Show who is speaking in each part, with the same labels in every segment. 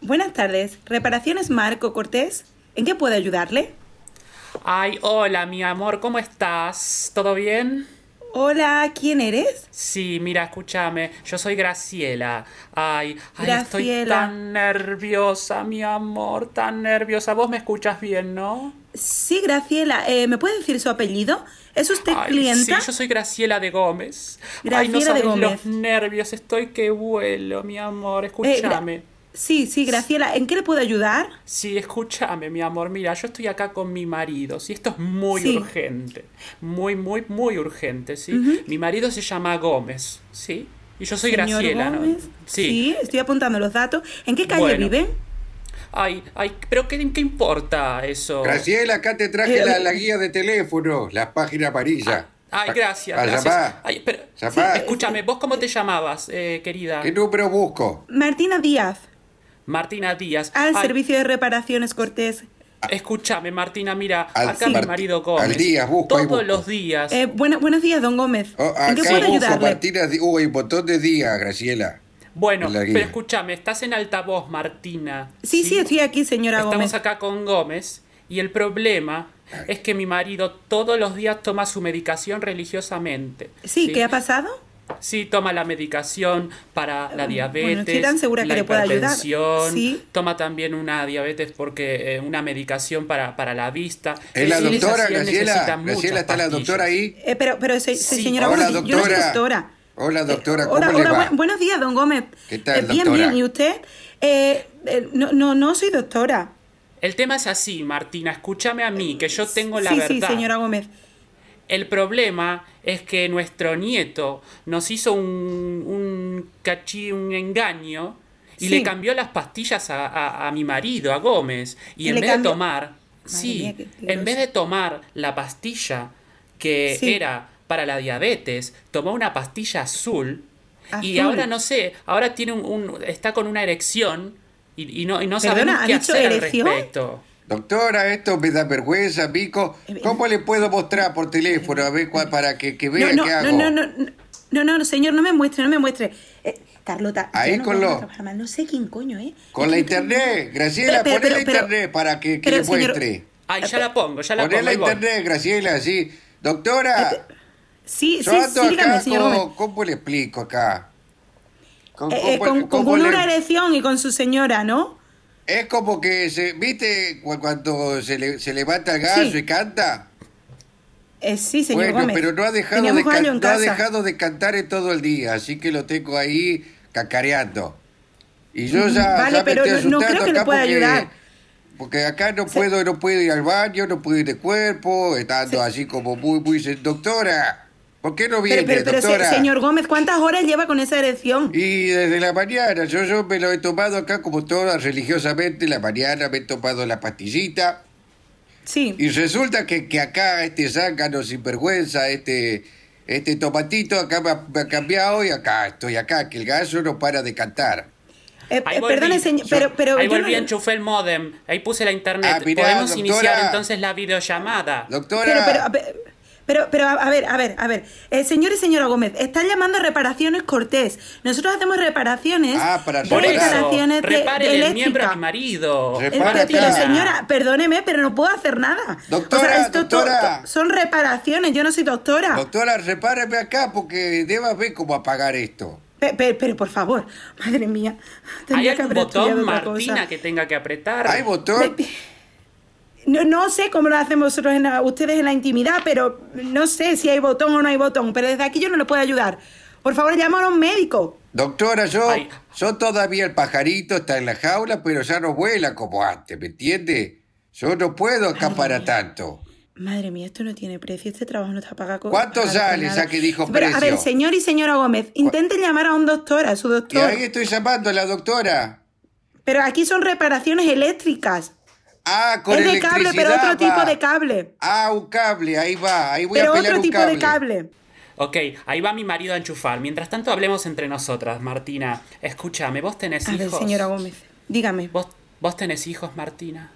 Speaker 1: Buenas tardes. ¿Reparaciones Marco Cortés? ¿En qué puedo ayudarle?
Speaker 2: Ay, hola, mi amor, ¿cómo estás? ¿Todo bien?
Speaker 1: Hola, ¿quién eres?
Speaker 2: Sí, mira, escúchame, yo soy Graciela. Ay, ay, estoy
Speaker 1: Graciela.
Speaker 2: tan nerviosa, mi amor, tan nerviosa. Vos me escuchas bien, ¿no?
Speaker 1: Sí, Graciela. eh, ¿Me puede decir su apellido? ¿Es usted
Speaker 2: Ay,
Speaker 1: clienta?
Speaker 2: Sí, yo soy Graciela de Gómez. ay, no
Speaker 1: Graciela de
Speaker 2: sabes
Speaker 1: Gómez.
Speaker 2: los nervios, estoy que vuelo, mi amor,
Speaker 1: Eh, Gra-
Speaker 2: escúchame.
Speaker 1: sí, sí, Graciela. ¿En qué le puedo ayudar?
Speaker 2: Sí, escúchame, mi amor. Mira, yo estoy acá con mi marido, ¿sí? Esto es muy
Speaker 1: Sí.
Speaker 2: urgente. Muy, muy, muy urgente, ¿sí? Mi marido se llama Gómez, ¿sí? Y yo soy
Speaker 1: Señor
Speaker 2: Graciela, ¿no?
Speaker 1: Gómez.
Speaker 2: Sí.
Speaker 1: Sí, estoy apuntando los datos. ¿En qué calle
Speaker 2: Bueno.
Speaker 1: vive?
Speaker 2: Ay, ay, pero ¿qué, qué importa eso?
Speaker 3: Graciela, acá te traje
Speaker 1: Eh,
Speaker 3: la, la guía de teléfono, la página amarilla.
Speaker 2: Ah,
Speaker 1: Ah,
Speaker 2: Ay, gracias,
Speaker 3: Pa- pa-
Speaker 2: gracias.
Speaker 3: Ah, llamá.
Speaker 2: Ay, pero,
Speaker 3: Zapá.
Speaker 2: Sí, escúchame, ¿vos cómo te llamabas, eh, querida?
Speaker 3: ¿Qué número busco?
Speaker 1: Martina Díaz,
Speaker 2: Martina Díaz.
Speaker 1: al
Speaker 2: Ay,
Speaker 1: servicio de reparaciones Cortés.
Speaker 2: Escúchame, Martina, mira,
Speaker 3: Al-
Speaker 2: acá
Speaker 3: sí.
Speaker 2: mi
Speaker 3: Marti-
Speaker 2: marido Gómez.
Speaker 3: al Díaz, busco, ahí
Speaker 2: Todos
Speaker 3: busco.
Speaker 2: los días.
Speaker 1: Eh, buena- buenos días, don Gómez.
Speaker 3: Oh,
Speaker 1: ¿En qué
Speaker 3: acá
Speaker 1: puedo
Speaker 3: busco
Speaker 1: ayudarle?
Speaker 3: Martina. Di- Uh, hay un montón de días, Graciela.
Speaker 2: bueno,
Speaker 3: en la guía.
Speaker 2: pero escúchame, estás en altavoz, Martina.
Speaker 1: Sí, sí, estoy aquí, señora
Speaker 2: Estamos
Speaker 1: Gómez.
Speaker 2: acá con Gómez y el problema es que mi marido todos los días toma su medicación religiosamente.
Speaker 1: Sí, ¿qué ha pasado?
Speaker 2: Sí, toma la medicación para la diabetes,
Speaker 1: bueno, estoy tan segura que
Speaker 2: la
Speaker 1: le pueda ayudar.
Speaker 2: hipertensión,
Speaker 1: Sí.
Speaker 2: toma también una diabetes porque eh, una medicación para, para la vista.
Speaker 3: ¿Es la
Speaker 2: Él es
Speaker 3: doctora,
Speaker 2: así, él
Speaker 3: Graciela?
Speaker 2: necesita muchas
Speaker 3: Graciela, ¿está la
Speaker 2: pastillas.
Speaker 3: doctora ahí?
Speaker 1: Eh, pero, pero, se- se-
Speaker 2: Sí.
Speaker 1: señora
Speaker 3: Hola,
Speaker 1: Gómez, yo no soy
Speaker 3: doctora.
Speaker 1: doctora.
Speaker 3: Hola, doctora,
Speaker 1: Eh,
Speaker 3: ¿cómo
Speaker 1: hola,
Speaker 3: le
Speaker 1: hola,
Speaker 3: va?
Speaker 1: buen- buenos días, don Gómez.
Speaker 3: ¿Qué tal,
Speaker 1: Eh, bien,
Speaker 3: doctora?
Speaker 1: bien, ¿y usted? Eh, eh, no, no, no soy doctora.
Speaker 2: El tema es así, Martina, escúchame a mí, que yo tengo la
Speaker 1: sí,
Speaker 2: verdad.
Speaker 1: sí, señora Gómez.
Speaker 2: El problema es que nuestro nieto nos hizo un, un cachí, un engaño y
Speaker 1: Sí.
Speaker 2: le cambió las pastillas a, a- a mi marido, a Gómez. Y,
Speaker 1: Y
Speaker 2: en
Speaker 1: le
Speaker 2: vez
Speaker 1: cambió-
Speaker 2: de tomar, sí,
Speaker 1: mía, qué
Speaker 2: en vez
Speaker 1: peligroso.
Speaker 2: de tomar la pastilla que
Speaker 1: Sí.
Speaker 2: era para la diabetes, tomó una pastilla azul, y
Speaker 1: Azul.
Speaker 2: ahora no sé, ahora tiene un, un- está con una erección y, y no, y
Speaker 1: Perdona,
Speaker 2: no sabemos
Speaker 1: ¿ha
Speaker 2: qué
Speaker 1: dicho
Speaker 2: hacer al
Speaker 1: erección?
Speaker 2: respecto.
Speaker 3: Doctora, esto me da vergüenza, Pico. ¿Cómo le puedo mostrar por teléfono? A ver, cuál- para que, que vea
Speaker 1: Eh, no, no,
Speaker 3: qué hago.
Speaker 1: no, no, no, no, no, no, señor, no me muestre, no me muestre. Eh, Carlota,
Speaker 3: Ahí
Speaker 1: ya no
Speaker 3: con
Speaker 1: vamos
Speaker 3: lo-
Speaker 1: a trabajar más. No sé quién coño, ¿eh?
Speaker 3: Con la internet, Graciela,
Speaker 1: Pero- pero-
Speaker 3: poné la
Speaker 1: pero- pero-
Speaker 3: internet para que, que
Speaker 1: pero,
Speaker 3: le
Speaker 1: señor-
Speaker 3: muestre.
Speaker 2: Ay, ya la pongo, ya la
Speaker 3: Poné
Speaker 2: pongo.
Speaker 3: la
Speaker 2: ahí voy.
Speaker 3: internet, Graciela, sí. Doctora,
Speaker 1: Sí,
Speaker 3: yo
Speaker 1: sí,
Speaker 3: ando
Speaker 1: sí, dígame,
Speaker 3: acá
Speaker 1: señor
Speaker 3: con-
Speaker 1: Gómez.
Speaker 3: ¿Cómo le explico acá? Con-
Speaker 1: Eh, eh,
Speaker 3: ¿cómo-
Speaker 1: con, con
Speaker 3: cómo le-
Speaker 1: una erección y con su señora, ¿no?
Speaker 3: Es como que, se, ¿viste? Cu- Cuando se, le- se levanta el gallo
Speaker 1: Sí.
Speaker 3: y canta.
Speaker 1: Eh, sí, señor
Speaker 3: bueno,
Speaker 1: Gómez.
Speaker 3: pero no ha, dejado
Speaker 1: Teníamos
Speaker 3: de can-
Speaker 1: gallo en
Speaker 3: no ha
Speaker 1: casa.
Speaker 3: dejado de cantar en todo el día, así que lo tengo ahí cacareando. Y yo ya,
Speaker 1: Mm, Vale,
Speaker 3: ya me
Speaker 1: pero
Speaker 3: estoy
Speaker 1: no- no creo
Speaker 3: asustando
Speaker 1: que le
Speaker 3: acá
Speaker 1: pueda
Speaker 3: porque-
Speaker 1: ayudar.
Speaker 3: Porque acá no puedo, no puedo ir al baño, no puedo ir de cuerpo, estando así como muy, muy... sen- Doctora, ¿por qué no viene,
Speaker 1: Pero, pero, pero, se-
Speaker 3: doctora?
Speaker 1: señor Gómez, ¿cuántas horas lleva con esa erección?
Speaker 3: Y desde la mañana, yo, yo me lo he tomado acá como todas religiosamente, la mañana me he tomado la pastillita.
Speaker 1: Sí.
Speaker 3: Y resulta que, que acá este zángano sinvergüenza, este, este tomatito, acá me ha, me ha cambiado y acá estoy acá, que el gallo no para de cantar.
Speaker 1: Eh,
Speaker 2: Ahí
Speaker 1: eh,
Speaker 2: volví.
Speaker 1: perdone, señor,
Speaker 2: Yo-
Speaker 1: pero, pero
Speaker 2: ahí
Speaker 1: yo
Speaker 2: volví,
Speaker 1: no-
Speaker 2: enchufé el modem, ahí puse la internet.
Speaker 3: Ah, mirá,
Speaker 2: Podemos
Speaker 3: doctora.
Speaker 2: iniciar entonces la videollamada.
Speaker 1: pero,
Speaker 3: Doctora,
Speaker 1: pero, a ver, pero, pero, a ver, a ver, a ver. Eh, señor y señora Gómez, están llamando a reparaciones Cortés. Nosotros hacemos reparaciones.
Speaker 3: Ah, para
Speaker 1: de
Speaker 2: Por
Speaker 3: Reparen
Speaker 2: eso,
Speaker 1: instalaciones de,
Speaker 2: reparen
Speaker 1: de
Speaker 2: el miembro a mi
Speaker 1: eléctrica.
Speaker 2: marido.
Speaker 1: Eh,
Speaker 3: Repara
Speaker 1: pero, pero,
Speaker 3: acá.
Speaker 1: señora, perdóneme, pero no puedo hacer nada.
Speaker 3: Doctora,
Speaker 1: esto to-
Speaker 3: doctora.
Speaker 1: to- son reparaciones, yo no soy doctora.
Speaker 3: doctora, repáreme acá porque debas ver cómo apagar esto.
Speaker 1: Pe- pe- pero, por favor, madre mía.
Speaker 2: ¿Hay
Speaker 1: tendría que
Speaker 2: algún
Speaker 1: haber estudiado
Speaker 2: botón,
Speaker 1: otra
Speaker 2: Martina,
Speaker 1: cosa.
Speaker 2: que tenga que apretar?
Speaker 3: ¿Hay botón?
Speaker 1: No, no sé cómo lo hacen vosotros en la- ustedes en la intimidad, pero no sé si hay botón o no hay botón. Pero desde aquí yo no le puedo ayudar. Por favor, llámanos a un médico.
Speaker 3: Doctora, yo,
Speaker 2: Ay.
Speaker 3: yo todavía el pajarito está en la jaula, pero ya no vuela como antes, ¿me entiende? Yo no puedo acá
Speaker 1: Madre
Speaker 3: para
Speaker 1: mía.
Speaker 3: tanto.
Speaker 1: Madre mía, esto no tiene precio. Este trabajo no está pagado.
Speaker 3: ¿Cuánto
Speaker 1: pagado con
Speaker 3: sale,
Speaker 1: nada.
Speaker 3: ya que dijo
Speaker 1: Pero, A ver,
Speaker 3: precio?
Speaker 1: señor y señora Gómez, intenten llamar a un doctor, a su
Speaker 3: Y
Speaker 1: doctor.
Speaker 3: ahí estoy llamando a la doctora.
Speaker 1: Pero aquí son reparaciones eléctricas.
Speaker 3: Ah, con
Speaker 1: es de cable,
Speaker 3: electricidad
Speaker 1: pero otro tipo
Speaker 3: va.
Speaker 1: de cable.
Speaker 3: Ah, un cable, ahí va, ahí voy
Speaker 1: Pero
Speaker 3: a pelar
Speaker 1: otro
Speaker 3: un
Speaker 1: tipo
Speaker 3: cable.
Speaker 1: de cable.
Speaker 2: Ok, ahí va mi marido a enchufar. Mientras tanto, hablemos entre nosotras, Martina. Escúchame, vos tenés
Speaker 1: A ver,
Speaker 2: hijos.
Speaker 1: señora Gómez, dígame.
Speaker 2: ¿Vos, vos tenés hijos, Martina.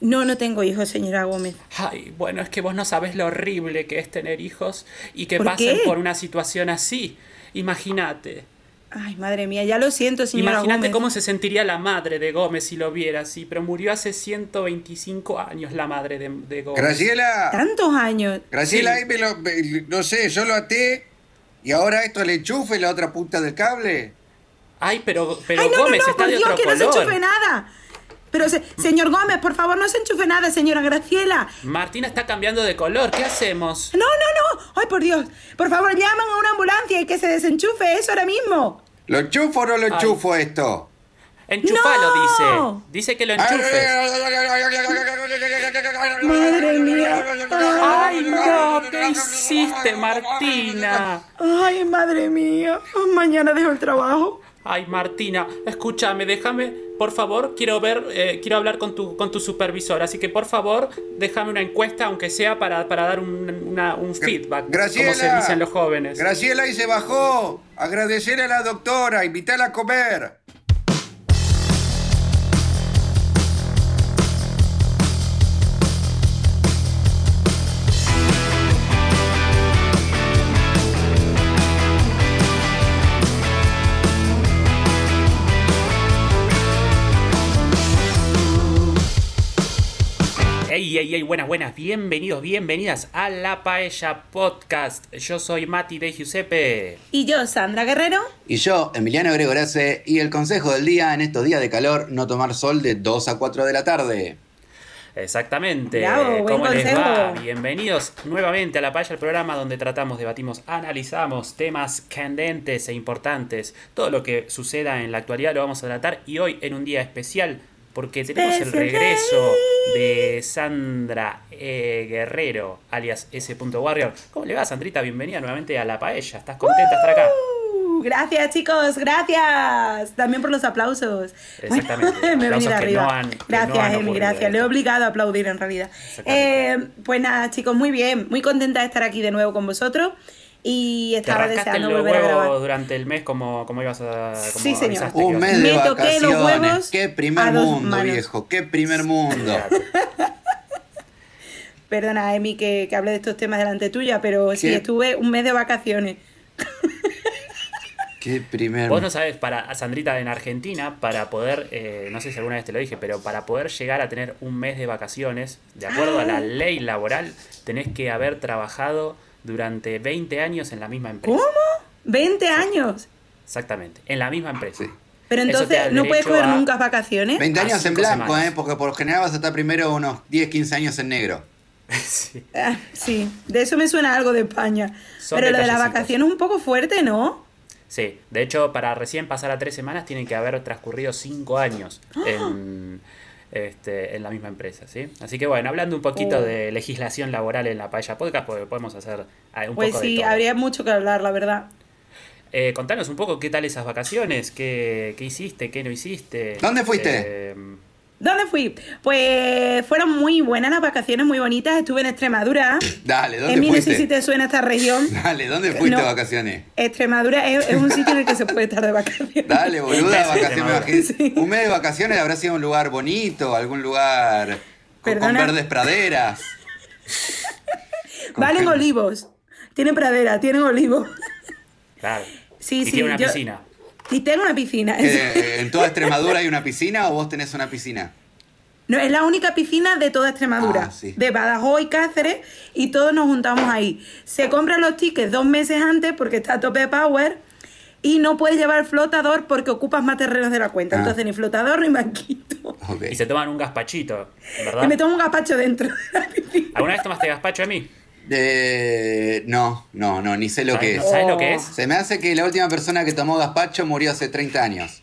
Speaker 1: No, no tengo hijos, señora Gómez.
Speaker 2: Ay, bueno, es que vos no sabés lo horrible que es tener hijos y que
Speaker 1: ¿Por
Speaker 2: pasen
Speaker 1: qué?
Speaker 2: por una situación así. Imagínate.
Speaker 1: Ay, madre mía, ya lo siento, señora
Speaker 2: Imagínate
Speaker 1: Gómez.
Speaker 2: cómo se sentiría la madre de Gómez si lo viera así, pero murió hace 125 años la madre de, de Gómez.
Speaker 4: Graciela,
Speaker 1: Tantos años.
Speaker 4: Graciela,
Speaker 2: Sí.
Speaker 4: ahí me lo- me- no sé, yo lo até y ahora esto le enchufe la otra punta del cable.
Speaker 2: Ay, pero, pero
Speaker 1: Ay, no,
Speaker 2: Gómez
Speaker 1: no, no,
Speaker 2: está
Speaker 1: por
Speaker 2: de
Speaker 1: Dios,
Speaker 2: otro
Speaker 1: que no se
Speaker 2: color.
Speaker 1: enchufe nada. Pero, se- señor Gómez, por favor, no se enchufe nada, señora Graciela.
Speaker 2: Martina está cambiando de color, ¿qué hacemos?
Speaker 1: No, no, no. Ay, por Dios. Por favor, llaman a una ambulancia y que se desenchufe eso ahora mismo.
Speaker 4: ¿Lo enchufo o no lo
Speaker 2: Ay.
Speaker 4: enchufo esto?
Speaker 2: Enchufalo,
Speaker 1: No.
Speaker 2: dice. Dice que lo enchufes.
Speaker 1: Madre mía.
Speaker 2: Ay, no, ¿qué hiciste, Martina?
Speaker 1: Ay, madre mía. Oh, mañana dejo el trabajo.
Speaker 2: Ay, Martina, escúchame, déjame, por favor, quiero ver, eh, quiero hablar con tu, con tu supervisor, así que por favor, déjame una encuesta, aunque sea para, para dar un, una- un feedback,
Speaker 4: Graciela.
Speaker 2: como se dicen los jóvenes.
Speaker 4: Graciela ahí se bajó. Agradecer a la doctora, invitarla a comer.
Speaker 2: Ey, ey, ey, buenas, buenas, bienvenidos, bienvenidas a La Paella Podcast. Yo soy Mati de Giuseppe.
Speaker 1: Y yo, Sandra Guerrero.
Speaker 3: Y yo, Emiliano Gregorace, y el consejo del día en estos días de calor, no tomar sol de 2 a 4 de la tarde.
Speaker 2: Exactamente.
Speaker 1: Bravo, buen
Speaker 2: ¿Cómo les va?
Speaker 1: consejo.
Speaker 2: Bienvenidos nuevamente a La Paya, el programa donde tratamos, debatimos, analizamos temas candentes e importantes. Todo lo que suceda en la actualidad lo vamos a tratar y hoy en un día especial porque tenemos el
Speaker 1: Especial.
Speaker 2: regreso de Sandra eh, Guerrero, alias S. Warrior. ¿Cómo le va, Sandrita? Bienvenida nuevamente a La Paella. ¿Estás contenta de estar acá?
Speaker 1: Uh, gracias, chicos, gracias. También por los aplausos. Bueno,
Speaker 2: Exactamente,
Speaker 1: me he
Speaker 2: aplausos
Speaker 1: venido
Speaker 2: que no
Speaker 1: arriba.
Speaker 2: han- que
Speaker 1: gracias,
Speaker 2: no han
Speaker 1: Emi,
Speaker 2: ocurrido
Speaker 1: gracias. Le he
Speaker 2: esto.
Speaker 1: obligado a aplaudir en realidad.
Speaker 2: Exactamente.
Speaker 1: Eh, pues nada, chicos, muy bien. Muy contenta de estar aquí de nuevo con vosotros. Y
Speaker 2: Te
Speaker 1: estaba
Speaker 2: rascaste
Speaker 1: deseando
Speaker 2: los
Speaker 1: volver a
Speaker 2: huevos
Speaker 1: grabar.
Speaker 2: durante el mes como, como ibas a... Como
Speaker 1: Sí, señor.
Speaker 2: avisaste que
Speaker 3: Un
Speaker 2: ibas a-
Speaker 3: mes de
Speaker 1: Me toqué
Speaker 3: vacaciones.
Speaker 1: los huevos
Speaker 3: qué
Speaker 1: a
Speaker 3: primer
Speaker 1: dos
Speaker 3: mundo,
Speaker 1: manos.
Speaker 3: viejo, qué primer mundo.
Speaker 1: Perdona, Emi, que, que hable de estos temas delante tuya, pero sí,
Speaker 3: ¿Qué?
Speaker 1: estuve un mes de vacaciones.
Speaker 3: qué primer
Speaker 2: Vos
Speaker 3: mundo.
Speaker 2: no sabes, para Sandrita en Argentina, para poder, eh, no sé si alguna vez te lo dije, pero para poder llegar a tener un mes de vacaciones, de acuerdo
Speaker 1: Ah.
Speaker 2: a la ley laboral, tenés que haber trabajado durante 20 años en la misma empresa.
Speaker 1: ¿Cómo? 20 años.
Speaker 2: Exactamente, en la misma empresa.
Speaker 3: Sí.
Speaker 1: Pero
Speaker 2: Eso te da
Speaker 1: entonces, ¿no
Speaker 2: derecho
Speaker 1: puedes coger
Speaker 2: a-
Speaker 1: nunca vacaciones?
Speaker 3: 20
Speaker 2: a
Speaker 3: años en
Speaker 2: cinco
Speaker 3: blanco,
Speaker 2: semanas.
Speaker 3: eh, porque por lo general vas a estar primero unos 10, 15 años en negro.
Speaker 2: Sí.
Speaker 1: Ah, sí, de eso me suena algo de España.
Speaker 2: Son
Speaker 1: Pero lo de las
Speaker 2: detallecitos.
Speaker 1: vacaciones es un poco fuerte, ¿no?
Speaker 2: Sí, de hecho, para recién pasar a tres semanas tienen que haber transcurrido cinco años
Speaker 1: ¡Ah!
Speaker 2: en, este, en la misma empresa, ¿sí? Así que bueno, hablando un poquito
Speaker 1: Oh.
Speaker 2: de legislación laboral en la Paella Podcast, porque podemos hacer eh, un
Speaker 1: Pues
Speaker 2: poco de
Speaker 1: sí,
Speaker 2: todo.
Speaker 1: habría mucho que hablar, la verdad.
Speaker 2: Eh, contanos un poco qué tal esas vacaciones, qué, qué hiciste, qué no hiciste.
Speaker 3: ¿Dónde fuiste?
Speaker 2: Eh,
Speaker 1: ¿Dónde fui? Pues fueron muy buenas las vacaciones, muy bonitas. Estuve en Extremadura.
Speaker 3: Dale, ¿dónde
Speaker 1: Emi, no
Speaker 3: fuiste?
Speaker 1: sé si te suena esta región.
Speaker 3: Dale, ¿dónde fuiste
Speaker 1: No.
Speaker 3: a vacaciones?
Speaker 1: Extremadura es, es un sitio en el que se puede estar de vacaciones.
Speaker 3: Dale,
Speaker 2: Gracias,
Speaker 3: boluda,
Speaker 2: Extremadura.
Speaker 3: vacaciones. vacaciones. Un mes de vacaciones habrá sido un lugar bonito, algún lugar con, con
Speaker 1: Perdona.
Speaker 3: verdes praderas.
Speaker 1: Valen olivos. Tienen pradera, tienen olivos.
Speaker 2: claro.
Speaker 1: Sí,
Speaker 2: y
Speaker 1: sí,
Speaker 2: tiene una
Speaker 1: yo-
Speaker 2: piscina.
Speaker 1: Y tengo una piscina.
Speaker 3: ¿Que ¿En toda Extremadura hay una piscina o vos tenés una piscina?
Speaker 1: No, es la única piscina de toda Extremadura,
Speaker 3: Ah, sí.
Speaker 1: de Badajoz y Cáceres, y todos nos juntamos ahí. Se compran los tickets dos meses antes porque está a tope de power y no puedes llevar flotador porque ocupas más terrenos de la cuenta.
Speaker 3: Ah.
Speaker 1: Entonces ni flotador ni banquito.
Speaker 3: Ok.
Speaker 2: Y se toman un gazpachito,
Speaker 1: Y me
Speaker 2: ¿verdad?
Speaker 1: tomo un gazpacho dentro de la piscina.
Speaker 2: ¿Alguna vez tomaste gazpacho a mí?
Speaker 3: Eh, no, no, no, ni sé lo
Speaker 2: ¿Sabes,
Speaker 3: que es.
Speaker 2: no- sabes lo
Speaker 1: Oh.
Speaker 2: que es?
Speaker 3: Se me hace que la última persona que tomó gazpacho murió hace 30 años.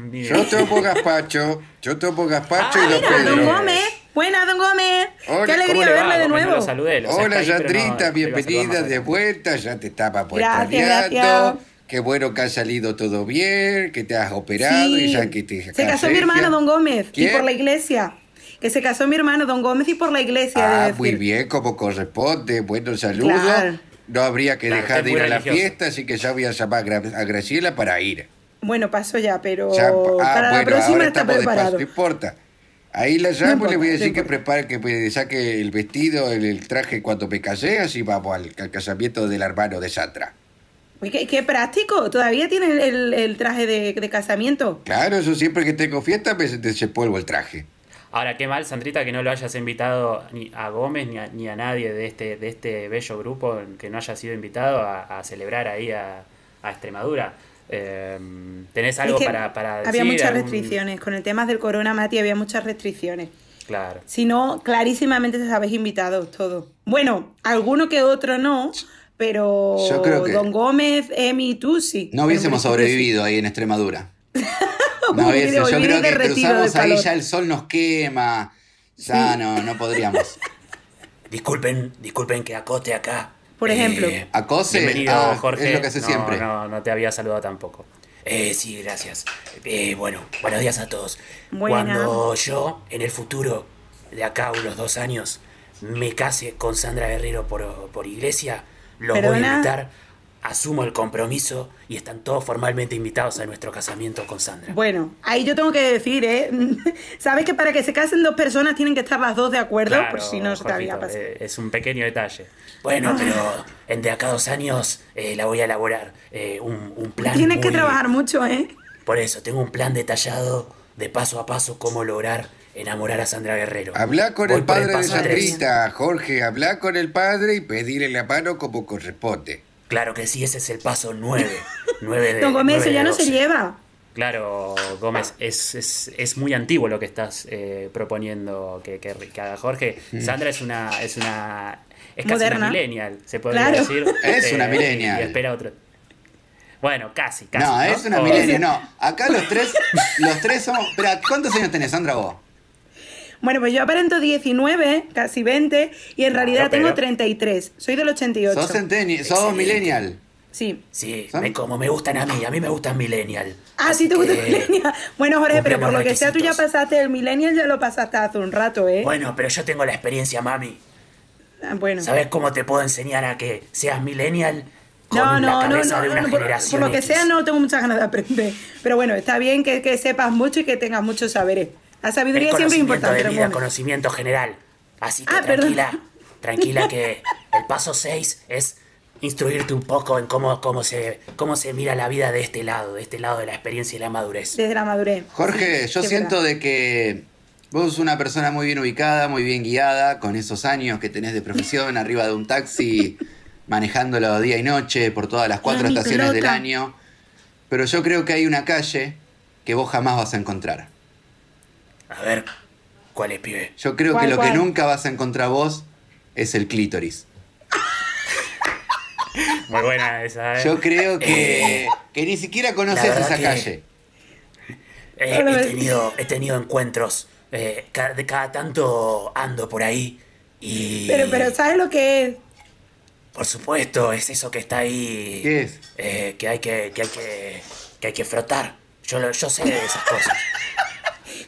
Speaker 2: Ni-
Speaker 4: Yo topo gazpacho, yo topo gazpacho
Speaker 1: Ah,
Speaker 4: y
Speaker 1: mira,
Speaker 4: don
Speaker 1: don
Speaker 4: Pedro.
Speaker 1: Gómez. Buenas, don Gómez.
Speaker 4: Hola,
Speaker 1: Qué
Speaker 2: ¿Cómo
Speaker 1: alegría
Speaker 2: le
Speaker 1: verle
Speaker 2: va?
Speaker 1: de
Speaker 2: Gómez, no
Speaker 1: nuevo.
Speaker 2: lo saludé, lo saqué
Speaker 4: Hola
Speaker 2: ahí, pero no-
Speaker 4: Yatrita,
Speaker 2: lo iba a saludar
Speaker 4: bienvenida
Speaker 2: más
Speaker 4: de
Speaker 2: adelante.
Speaker 4: vuelta, ya te estaba por
Speaker 1: Gracias,
Speaker 4: extrañando.
Speaker 1: gracias.
Speaker 4: Qué bueno que ha salido todo bien, que te has operado y ya que te
Speaker 1: se casó mi hermano, don Gómez, y
Speaker 4: ¿Quién?
Speaker 1: por la iglesia. Que se casó mi hermano, don Gómez, y por la iglesia. he de
Speaker 4: Ah,
Speaker 1: decir.
Speaker 4: muy bien, como corresponde, buenos saludos.
Speaker 1: Claro.
Speaker 4: No habría que
Speaker 2: Claro,
Speaker 4: dejar
Speaker 2: usted
Speaker 4: de
Speaker 2: es
Speaker 4: ir
Speaker 2: muy
Speaker 4: a la
Speaker 2: religioso.
Speaker 4: fiesta, así que ya voy a llamar a Gra- a Graciela para ir.
Speaker 1: Bueno, pasó ya, pero
Speaker 4: Ya- ah,
Speaker 1: Oh, para la
Speaker 4: bueno,
Speaker 1: próxima
Speaker 4: ahora
Speaker 1: está
Speaker 4: estamos despacio,
Speaker 1: preparado.
Speaker 4: no importa. Ahí la llamo y le
Speaker 1: importa,
Speaker 4: voy a
Speaker 1: no
Speaker 4: decir que
Speaker 1: importa.
Speaker 4: prepare, que me saque el vestido, el, el traje cuando me casé, así vamos al, al casamiento del hermano de Sandra.
Speaker 1: Uy, Qué, qué práctico, todavía tiene el, el- el traje de, de casamiento.
Speaker 4: Claro, eso siempre que tengo fiesta me se polvo el traje.
Speaker 2: Ahora, qué mal, Sandrita, que no lo hayas invitado ni a Gómez ni a, ni a nadie de este, de este bello grupo que no haya sido invitado a, a celebrar ahí a, a Extremadura. Eh, ¿Tenés algo
Speaker 1: Es que
Speaker 2: para, para decir?
Speaker 1: había muchas
Speaker 2: ¿Algún-
Speaker 1: restricciones. Con el tema del corona, Mati, había muchas restricciones.
Speaker 2: Claro.
Speaker 1: Si no, clarísimamente te habéis invitado todo. Bueno, alguno que otro no, pero
Speaker 3: Yo creo que-
Speaker 1: Don Gómez, Emi y tú sí.
Speaker 3: No hubiésemos
Speaker 1: Pero, pero sí.
Speaker 3: sobrevivido ahí en Extremadura.
Speaker 1: Hubiera
Speaker 3: No hubiese- yo
Speaker 1: vivido
Speaker 3: creo que
Speaker 1: derretido
Speaker 3: cruzamos
Speaker 1: de
Speaker 3: ahí,
Speaker 1: calor.
Speaker 3: ya el sol nos quema. Ya no, no podríamos.
Speaker 2: Disculpen, disculpen que acote acá. Eh,
Speaker 1: Por ejemplo.
Speaker 3: Acose,
Speaker 2: Bienvenido,
Speaker 3: ah,
Speaker 2: Jorge.
Speaker 3: es lo que hace
Speaker 2: no,
Speaker 3: siempre.
Speaker 2: No, no te había saludado tampoco. Eh, sí, gracias. Eh, bueno, buenos días a todos.
Speaker 1: Buenas.
Speaker 2: Cuando yo, en el futuro, de acá a unos dos años, me case con Sandra Guerrero por, por iglesia, los voy a
Speaker 1: ¿Perdona?
Speaker 2: invitar, asumo el compromiso y están todos formalmente invitados a nuestro casamiento con Sandra.
Speaker 1: Bueno, ahí yo tengo que decir, ¿eh? Sabes que para que se casen dos personas tienen que estar las dos de acuerdo, por si no se te había
Speaker 2: Jorgito,
Speaker 1: pasado.
Speaker 2: eh, es un pequeño detalle. Bueno, pero en de acá a dos años eh, la voy a elaborar. eh, un, un plan.
Speaker 1: Tienes que
Speaker 2: muy-
Speaker 1: trabajar mucho, ¿eh?
Speaker 2: Por eso, tengo un plan detallado de paso a paso cómo lograr enamorar a Sandra Guerrero.
Speaker 4: Habla con
Speaker 2: Voy
Speaker 4: el
Speaker 2: por
Speaker 4: padre de
Speaker 2: paso tres.
Speaker 4: Sandrita, Jorge, habla con el padre y pedirle la mano como corresponde.
Speaker 2: Claro que sí, ese es el paso 9. 9 de,
Speaker 1: Don Gómez, eso
Speaker 2: nueve de
Speaker 1: ya no se
Speaker 2: 12.
Speaker 1: lleva.
Speaker 2: Claro, Gómez, es, es- es muy antiguo lo que estás eh, proponiendo que, que- que haga Jorge.
Speaker 3: Mm.
Speaker 2: Sandra es una. Es una es casi una
Speaker 1: Moderna.
Speaker 2: millennial, se podría
Speaker 1: Claro.
Speaker 2: decir. Eh,
Speaker 3: Es una millennial.
Speaker 2: Y espera otro. Bueno, casi, casi.
Speaker 3: No, es una
Speaker 2: O-
Speaker 3: milenia, no. Acá los tres, los tres somos. Espera, ¿cuántos años tenés, Sandra, vos?
Speaker 1: Bueno, pues yo aparento 19, casi 20, y en
Speaker 2: Claro,
Speaker 1: realidad tengo
Speaker 2: pero-
Speaker 1: 33. Soy del 88.
Speaker 3: Sos centeni- sos
Speaker 2: Excelente.
Speaker 3: millennial.
Speaker 1: Sí.
Speaker 2: Sí,
Speaker 3: ¿Sandra?
Speaker 2: me- como me gustan a mí, a mí me gustan millennial.
Speaker 1: Ah, sí, te gusta el
Speaker 2: Eh,
Speaker 1: millennial. Bueno, Jorge,
Speaker 2: cumple
Speaker 1: pero por
Speaker 2: los
Speaker 1: lo que sea, tú ya
Speaker 2: requisitos.
Speaker 1: pasaste el millennial, ya lo pasaste hace un rato, ¿eh?
Speaker 2: Bueno, pero yo tengo la experiencia, mami.
Speaker 1: Ah, bueno.
Speaker 2: ¿Sabes cómo te puedo enseñar a que seas millennial? Con
Speaker 1: No,
Speaker 2: la
Speaker 1: no, no,
Speaker 2: cabeza
Speaker 1: no,
Speaker 2: de una
Speaker 1: no, por,
Speaker 2: generación
Speaker 1: por lo que
Speaker 2: X.
Speaker 1: sea no tengo muchas ganas de aprender. Pero bueno, está bien que, que sepas mucho y que tengas muchos saberes. La sabiduría
Speaker 2: Es
Speaker 1: siempre es
Speaker 2: conocimiento
Speaker 1: importante.
Speaker 2: de vida,
Speaker 1: Ramón.
Speaker 2: conocimiento general. Así que
Speaker 1: Ah, perdón.
Speaker 2: tranquila, tranquila que el paso 6 es instruirte un poco en cómo, cómo, se, cómo se mira la vida de este lado, de este lado de la experiencia y la madurez.
Speaker 1: Desde la madurez.
Speaker 3: Jorge,
Speaker 1: Sí,
Speaker 3: yo
Speaker 1: es
Speaker 3: siento
Speaker 1: verdad.
Speaker 3: de que vos sos una persona muy bien ubicada, muy bien guiada, con esos años que tenés de profesión, arriba de un taxi, manejándolo día y noche por todas las cuatro
Speaker 1: Ay, mi
Speaker 3: estaciones del
Speaker 1: pelota.
Speaker 3: año. Pero yo creo que hay una calle que vos jamás vas a encontrar.
Speaker 2: A ver, ¿cuál es, pibe?
Speaker 3: Yo creo que
Speaker 1: ¿Cuál,
Speaker 3: lo que
Speaker 1: cuál?
Speaker 3: nunca vas a encontrar vos es el clítoris.
Speaker 2: Muy buena esa, ¿eh?
Speaker 3: Yo creo que,
Speaker 2: Eh,
Speaker 3: que ni siquiera
Speaker 2: la
Speaker 3: conoces
Speaker 2: verdad
Speaker 3: esa
Speaker 2: que-
Speaker 3: calle.
Speaker 2: Eh, he, tenido, he tenido encuentros. eh, ca- de cada tanto ando por ahí y...
Speaker 1: Pero, pero ¿sabes lo que es?
Speaker 2: Por supuesto, es eso que está ahí.
Speaker 3: ¿Qué es?
Speaker 2: eh, que hay que, que hay que, que hay que frotar. Yo, lo- yo sé de esas cosas.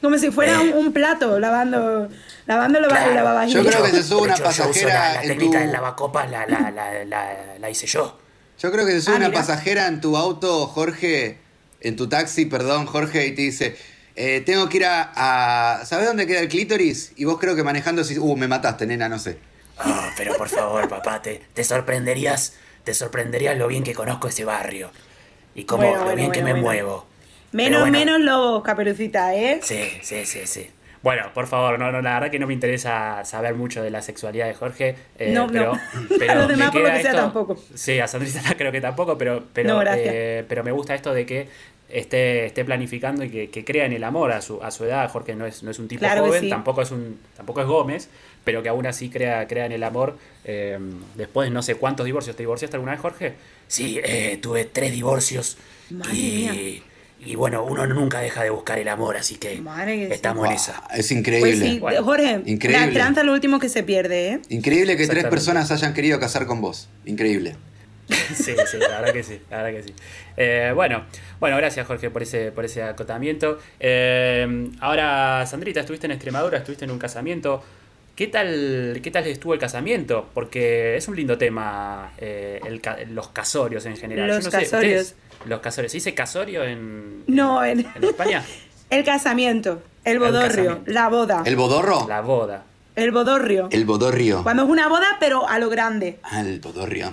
Speaker 1: Como si fuera
Speaker 2: Eh.
Speaker 1: un, un plato lavando, lavando lava-
Speaker 2: Claro,
Speaker 1: lavavajillas.
Speaker 3: Yo creo que se sube
Speaker 2: De
Speaker 3: una
Speaker 2: hecho, yo uso
Speaker 3: pasajera
Speaker 2: la, la
Speaker 3: en
Speaker 2: técnica
Speaker 3: tu-
Speaker 2: del lavacopa la, la, la, la- la hice yo.
Speaker 3: Yo creo que se sube
Speaker 1: Ah,
Speaker 3: una
Speaker 1: mirá.
Speaker 3: pasajera en tu auto, Jorge, en tu taxi, perdón, Jorge, y te dice, eh, tengo que ir a, a- ¿Sabés dónde queda el clítoris? Y vos creo que manejando así, uh, me mataste, nena, no sé.
Speaker 2: Ah, pero por favor, papá, te, te sorprenderías, te sorprenderías lo bien que conozco ese barrio. Y cómo,
Speaker 1: Bueno,
Speaker 2: lo
Speaker 1: bueno,
Speaker 2: bien que
Speaker 1: bueno,
Speaker 2: me
Speaker 1: bueno.
Speaker 2: muevo.
Speaker 1: Menos,
Speaker 2: Pero bueno,
Speaker 1: menos lobos, caperucita, ¿eh?
Speaker 2: Sí, sí, sí, sí. Bueno, por favor, no, no, la verdad que no me interesa saber mucho de la sexualidad de Jorge. eh,
Speaker 1: No, no.
Speaker 2: pero, pero
Speaker 1: A los
Speaker 2: me
Speaker 1: demás, por
Speaker 2: queda
Speaker 1: lo que sea,
Speaker 2: esto-
Speaker 1: tampoco.
Speaker 2: Sí, a Sandrita creo que tampoco, pero, pero,
Speaker 1: No, gracias.
Speaker 2: eh, pero me gusta esto de que esté, esté planificando y que, que crea en el amor a su, a su edad. Jorge no es, no es un tipo
Speaker 1: Claro que
Speaker 2: joven,
Speaker 1: sí.
Speaker 2: tampoco, es un, tampoco es Gómez, pero que aún así crea, crea en el amor. eh, después de no sé cuántos divorcios. ¿Te divorciaste alguna vez, Jorge? Sí, eh, tuve tres divorcios.
Speaker 1: Madre Y- mía.
Speaker 2: Y bueno, uno nunca deja de buscar el amor, así que
Speaker 1: Madre que sí. estamos
Speaker 3: Buah, Ah, es
Speaker 1: Pues
Speaker 3: increíble.
Speaker 1: sí,
Speaker 2: Bueno.
Speaker 1: Jorge,
Speaker 3: Increíble.
Speaker 1: la esperanza es lo último que se pierde, ¿eh?
Speaker 3: Increíble que tres
Speaker 2: Exactamente.
Speaker 3: personas hayan querido casar con vos. Increíble.
Speaker 2: Sí, sí, la verdad que sí, la verdad que sí. Eh, bueno, bueno, gracias Jorge por ese, por ese acotamiento. Eh, ahora, Sandrita, estuviste en Extremadura, estuviste en un casamiento. ¿Qué tal, ¿Qué tal estuvo el casamiento? Porque es un lindo tema eh, el ca- los casorios en general.
Speaker 1: Los
Speaker 2: Yo no sé,
Speaker 1: casorios.
Speaker 2: ustedes- los casorios. ¿Se dice casorio en,
Speaker 1: No,
Speaker 2: en,
Speaker 1: en-
Speaker 2: en España?
Speaker 1: El casamiento, el bodorrio,
Speaker 2: casamiento.
Speaker 1: la boda,
Speaker 3: ¿El bodorro?
Speaker 2: La boda.
Speaker 1: el bodorrio.
Speaker 3: El bodorrio.
Speaker 1: Cuando es una boda, pero a lo grande.
Speaker 3: Ah, el bodorrio.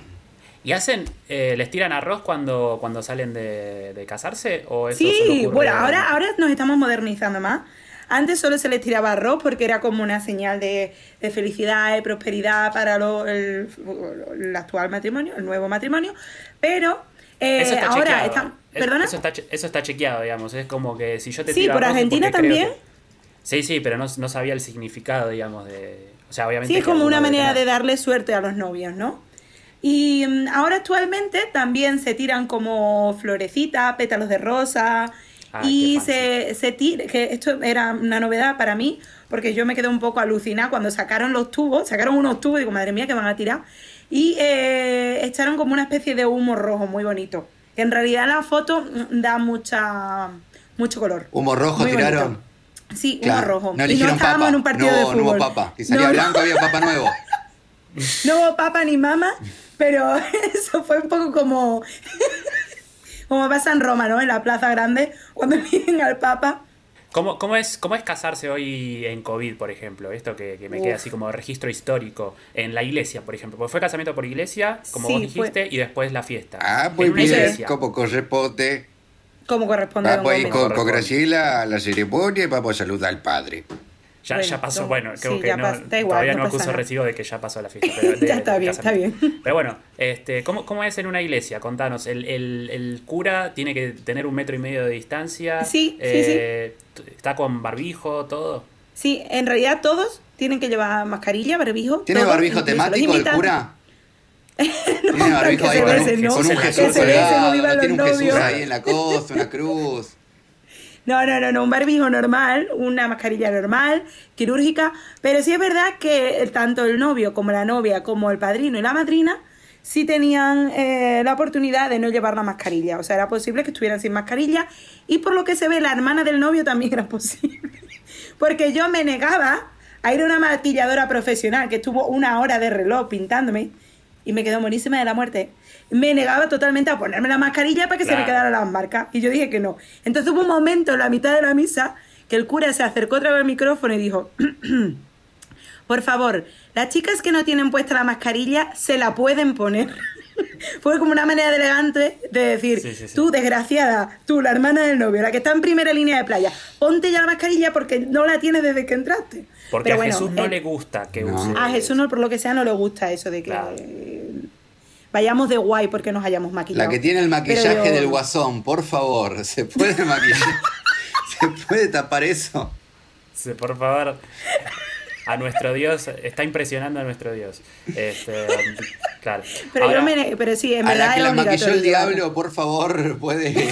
Speaker 2: ¿Y hacen, eh, les tiran arroz cuando, cuando salen de, de casarse? ¿O eso solo
Speaker 1: Sí,
Speaker 2: ocurre-
Speaker 1: bueno, ahora, ahora nos estamos modernizando más. Antes solo se les tiraba arroz porque era como una señal de, de felicidad y prosperidad para lo- el, el actual matrimonio, el nuevo matrimonio. Pero eh,
Speaker 2: Eso está
Speaker 1: ahora
Speaker 2: chequeado.
Speaker 1: están.
Speaker 2: Es-
Speaker 1: ¿Perdona?
Speaker 2: Eso está, che- eso está chequeado, digamos. Es como que si yo te
Speaker 1: Sí,
Speaker 2: tiro
Speaker 1: por
Speaker 2: arroz es
Speaker 1: Argentina
Speaker 2: porque creo
Speaker 1: también.
Speaker 2: que- Sí, sí, pero no, no sabía el significado, digamos, de... O sea, obviamente...
Speaker 1: Sí, es
Speaker 2: que
Speaker 1: como una
Speaker 2: alguno debe
Speaker 1: manera de
Speaker 2: tener.
Speaker 1: darle suerte a los novios, ¿no? Y mm, ahora actualmente también se tiran como florecitas, pétalos de rosa.
Speaker 2: Ah,
Speaker 1: y
Speaker 2: qué fancy.
Speaker 1: se, se tira, que esto era una novedad para mí, porque yo me quedé un poco alucinada cuando sacaron los tubos, sacaron unos tubos y digo, madre mía, que van a tirar. Y eh, echaron como una especie de humo rojo muy bonito. Que en realidad la foto mm, da mucha mucho color.
Speaker 3: Humo rojo
Speaker 1: Muy bonito.
Speaker 3: tiraron.
Speaker 1: Sí, humo
Speaker 3: Claro,
Speaker 1: rojo.
Speaker 3: No
Speaker 1: y no
Speaker 3: eligieron
Speaker 1: estábamos
Speaker 3: papa.
Speaker 1: en un partido
Speaker 3: no,
Speaker 1: de fútbol.
Speaker 3: no hubo papa. Si
Speaker 1: No,
Speaker 3: salía
Speaker 1: no.
Speaker 3: blanco había papa nuevo.
Speaker 1: No hubo papa ni mamá, pero eso fue un poco como, como pasa en Roma, ¿no? En la Plaza Grande, cuando vienen al papa.
Speaker 2: ¿Cómo, cómo es, ¿Cómo es casarse hoy en COVID, por ejemplo? Esto que, que me queda
Speaker 1: Uf.
Speaker 2: así como registro histórico. En la iglesia, por ejemplo. Porque fue casamiento por iglesia, como
Speaker 1: Sí,
Speaker 2: vos
Speaker 1: fue-
Speaker 2: dijiste, y después la fiesta.
Speaker 4: Ah,
Speaker 2: En
Speaker 3: pues
Speaker 4: muy
Speaker 2: una
Speaker 4: bien,
Speaker 2: iglesia.
Speaker 4: como corresponde.
Speaker 1: Como
Speaker 3: Ah,
Speaker 1: corresponde a Don
Speaker 4: Vamos
Speaker 3: pues,
Speaker 4: a ir
Speaker 1: Gómez.
Speaker 4: con, con
Speaker 2: Corresponde.
Speaker 4: Graciela a la ceremonia y vamos a saludar al padre.
Speaker 2: Ya,
Speaker 1: Bueno,
Speaker 2: ya pasó,
Speaker 1: no,
Speaker 2: bueno, creo
Speaker 1: sí,
Speaker 2: que
Speaker 1: ya
Speaker 2: no,
Speaker 1: pas- da igual,
Speaker 2: todavía
Speaker 1: no
Speaker 2: no,
Speaker 1: pasa
Speaker 2: acuso
Speaker 1: nada.
Speaker 2: recibo de que ya pasó la fiesta. pero de-
Speaker 1: Ya está
Speaker 2: del
Speaker 1: bien, está
Speaker 2: casamiento.
Speaker 1: bien.
Speaker 2: Pero bueno, este, ¿cómo, ¿cómo es en una iglesia? Contanos, el, el, el cura tiene que tener un metro y medio de distancia.
Speaker 1: Sí, sí,
Speaker 2: sí, sí. Está con barbijo, todo.
Speaker 1: Sí, en realidad todos tienen que llevar mascarilla, barbijo.
Speaker 3: ¿Tiene
Speaker 1: todos,
Speaker 3: barbijo
Speaker 1: incluso los
Speaker 3: temático el
Speaker 1: invitan-
Speaker 3: cura?
Speaker 1: No,
Speaker 3: Tiene barbijo
Speaker 1: que
Speaker 3: ahí
Speaker 1: se
Speaker 3: con un,
Speaker 1: besen, ¿no?
Speaker 3: con un
Speaker 2: Que
Speaker 3: Jesús
Speaker 2: se besen,
Speaker 3: colgado,
Speaker 1: no vivan
Speaker 3: tiene un
Speaker 1: los
Speaker 3: Jesús
Speaker 1: novios.
Speaker 3: ahí en la costa, una cruz.
Speaker 1: No, no, no, no, un barbijo normal, una mascarilla normal, quirúrgica, pero sí es verdad que tanto el novio como la novia, como el padrino y la madrina, sí tenían eh, la oportunidad de no llevar la mascarilla. O sea, era posible que estuvieran sin mascarilla y por lo que se ve, la hermana del novio también era posible. Porque yo me negaba a ir a una maquilladora profesional que estuvo una hora de reloj pintándome y me quedó morísima de la muerte. Me negaba totalmente a ponerme la mascarilla para que se me
Speaker 2: Claro.
Speaker 1: quedaran las marcas. Y yo dije que no. Entonces hubo un momento en la mitad de la misa que el cura se acercó otra vez al micrófono y dijo, por favor, las chicas que no tienen puesta la mascarilla se la pueden poner. Fue como una manera de elegante de decir,
Speaker 2: Sí, sí, sí.
Speaker 1: tú desgraciada, tú la hermana del novio, la que está en primera línea de playa, ponte ya la mascarilla porque no la tienes desde que entraste.
Speaker 2: Porque
Speaker 1: Pero
Speaker 2: a
Speaker 1: bueno,
Speaker 2: Jesús no
Speaker 1: eh,
Speaker 2: le gusta que
Speaker 3: No.
Speaker 2: use.
Speaker 1: A Jesús no, por lo que sea, no le gusta eso de que
Speaker 2: Claro.
Speaker 1: eh, vayamos de guay porque nos hayamos maquillado.
Speaker 3: La que tiene el maquillaje
Speaker 1: Pero-
Speaker 3: del guasón, por favor, ¿se puede maquillar? ¿Se puede tapar eso?
Speaker 2: Sí, Por favor. A nuestro Dios, está impresionando a nuestro Dios. Este, claro.
Speaker 1: Pero,
Speaker 2: Ahora-
Speaker 1: yo me ne- pero sí, en
Speaker 3: A
Speaker 1: verdad
Speaker 3: la que
Speaker 1: es
Speaker 3: la maquilló
Speaker 1: obligatorio
Speaker 3: el
Speaker 1: llevarla.
Speaker 3: diablo, por favor, puede,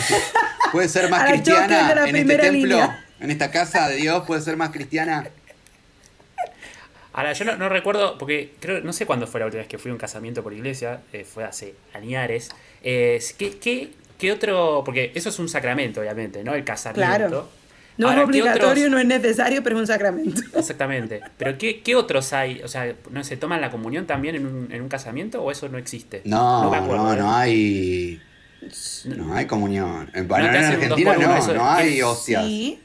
Speaker 3: puede ser más
Speaker 1: A la Joker de la
Speaker 3: cristiana en este
Speaker 1: primera
Speaker 3: templo,
Speaker 1: línea.
Speaker 3: en esta casa de Dios, puede ser más cristiana.
Speaker 2: Ahora, yo no, no recuerdo, porque creo, no sé cuándo fue la última vez que fui a un casamiento por iglesia, eh, fue hace añares. Eh, ¿qué, qué, qué otro? Porque eso es un sacramento, obviamente, ¿no? El casamiento.
Speaker 1: Claro. No es
Speaker 2: Ahora, ¿qué
Speaker 1: obligatorio,
Speaker 2: otros-
Speaker 1: no es necesario, pero es un sacramento.
Speaker 2: Exactamente. Pero ¿qué, ¿qué otros hay? O sea, ¿no se toman la comunión también en un, en un casamiento o eso no existe?
Speaker 3: No,
Speaker 2: me
Speaker 3: no,
Speaker 2: acuerdo,
Speaker 3: no,
Speaker 2: ¿eh?
Speaker 3: hay. No hay comunión. En,
Speaker 2: te
Speaker 3: en
Speaker 2: hacen un
Speaker 3: Argentina
Speaker 2: dos por uno,
Speaker 3: no,
Speaker 2: eso-
Speaker 3: no hay hostias.
Speaker 1: Sí.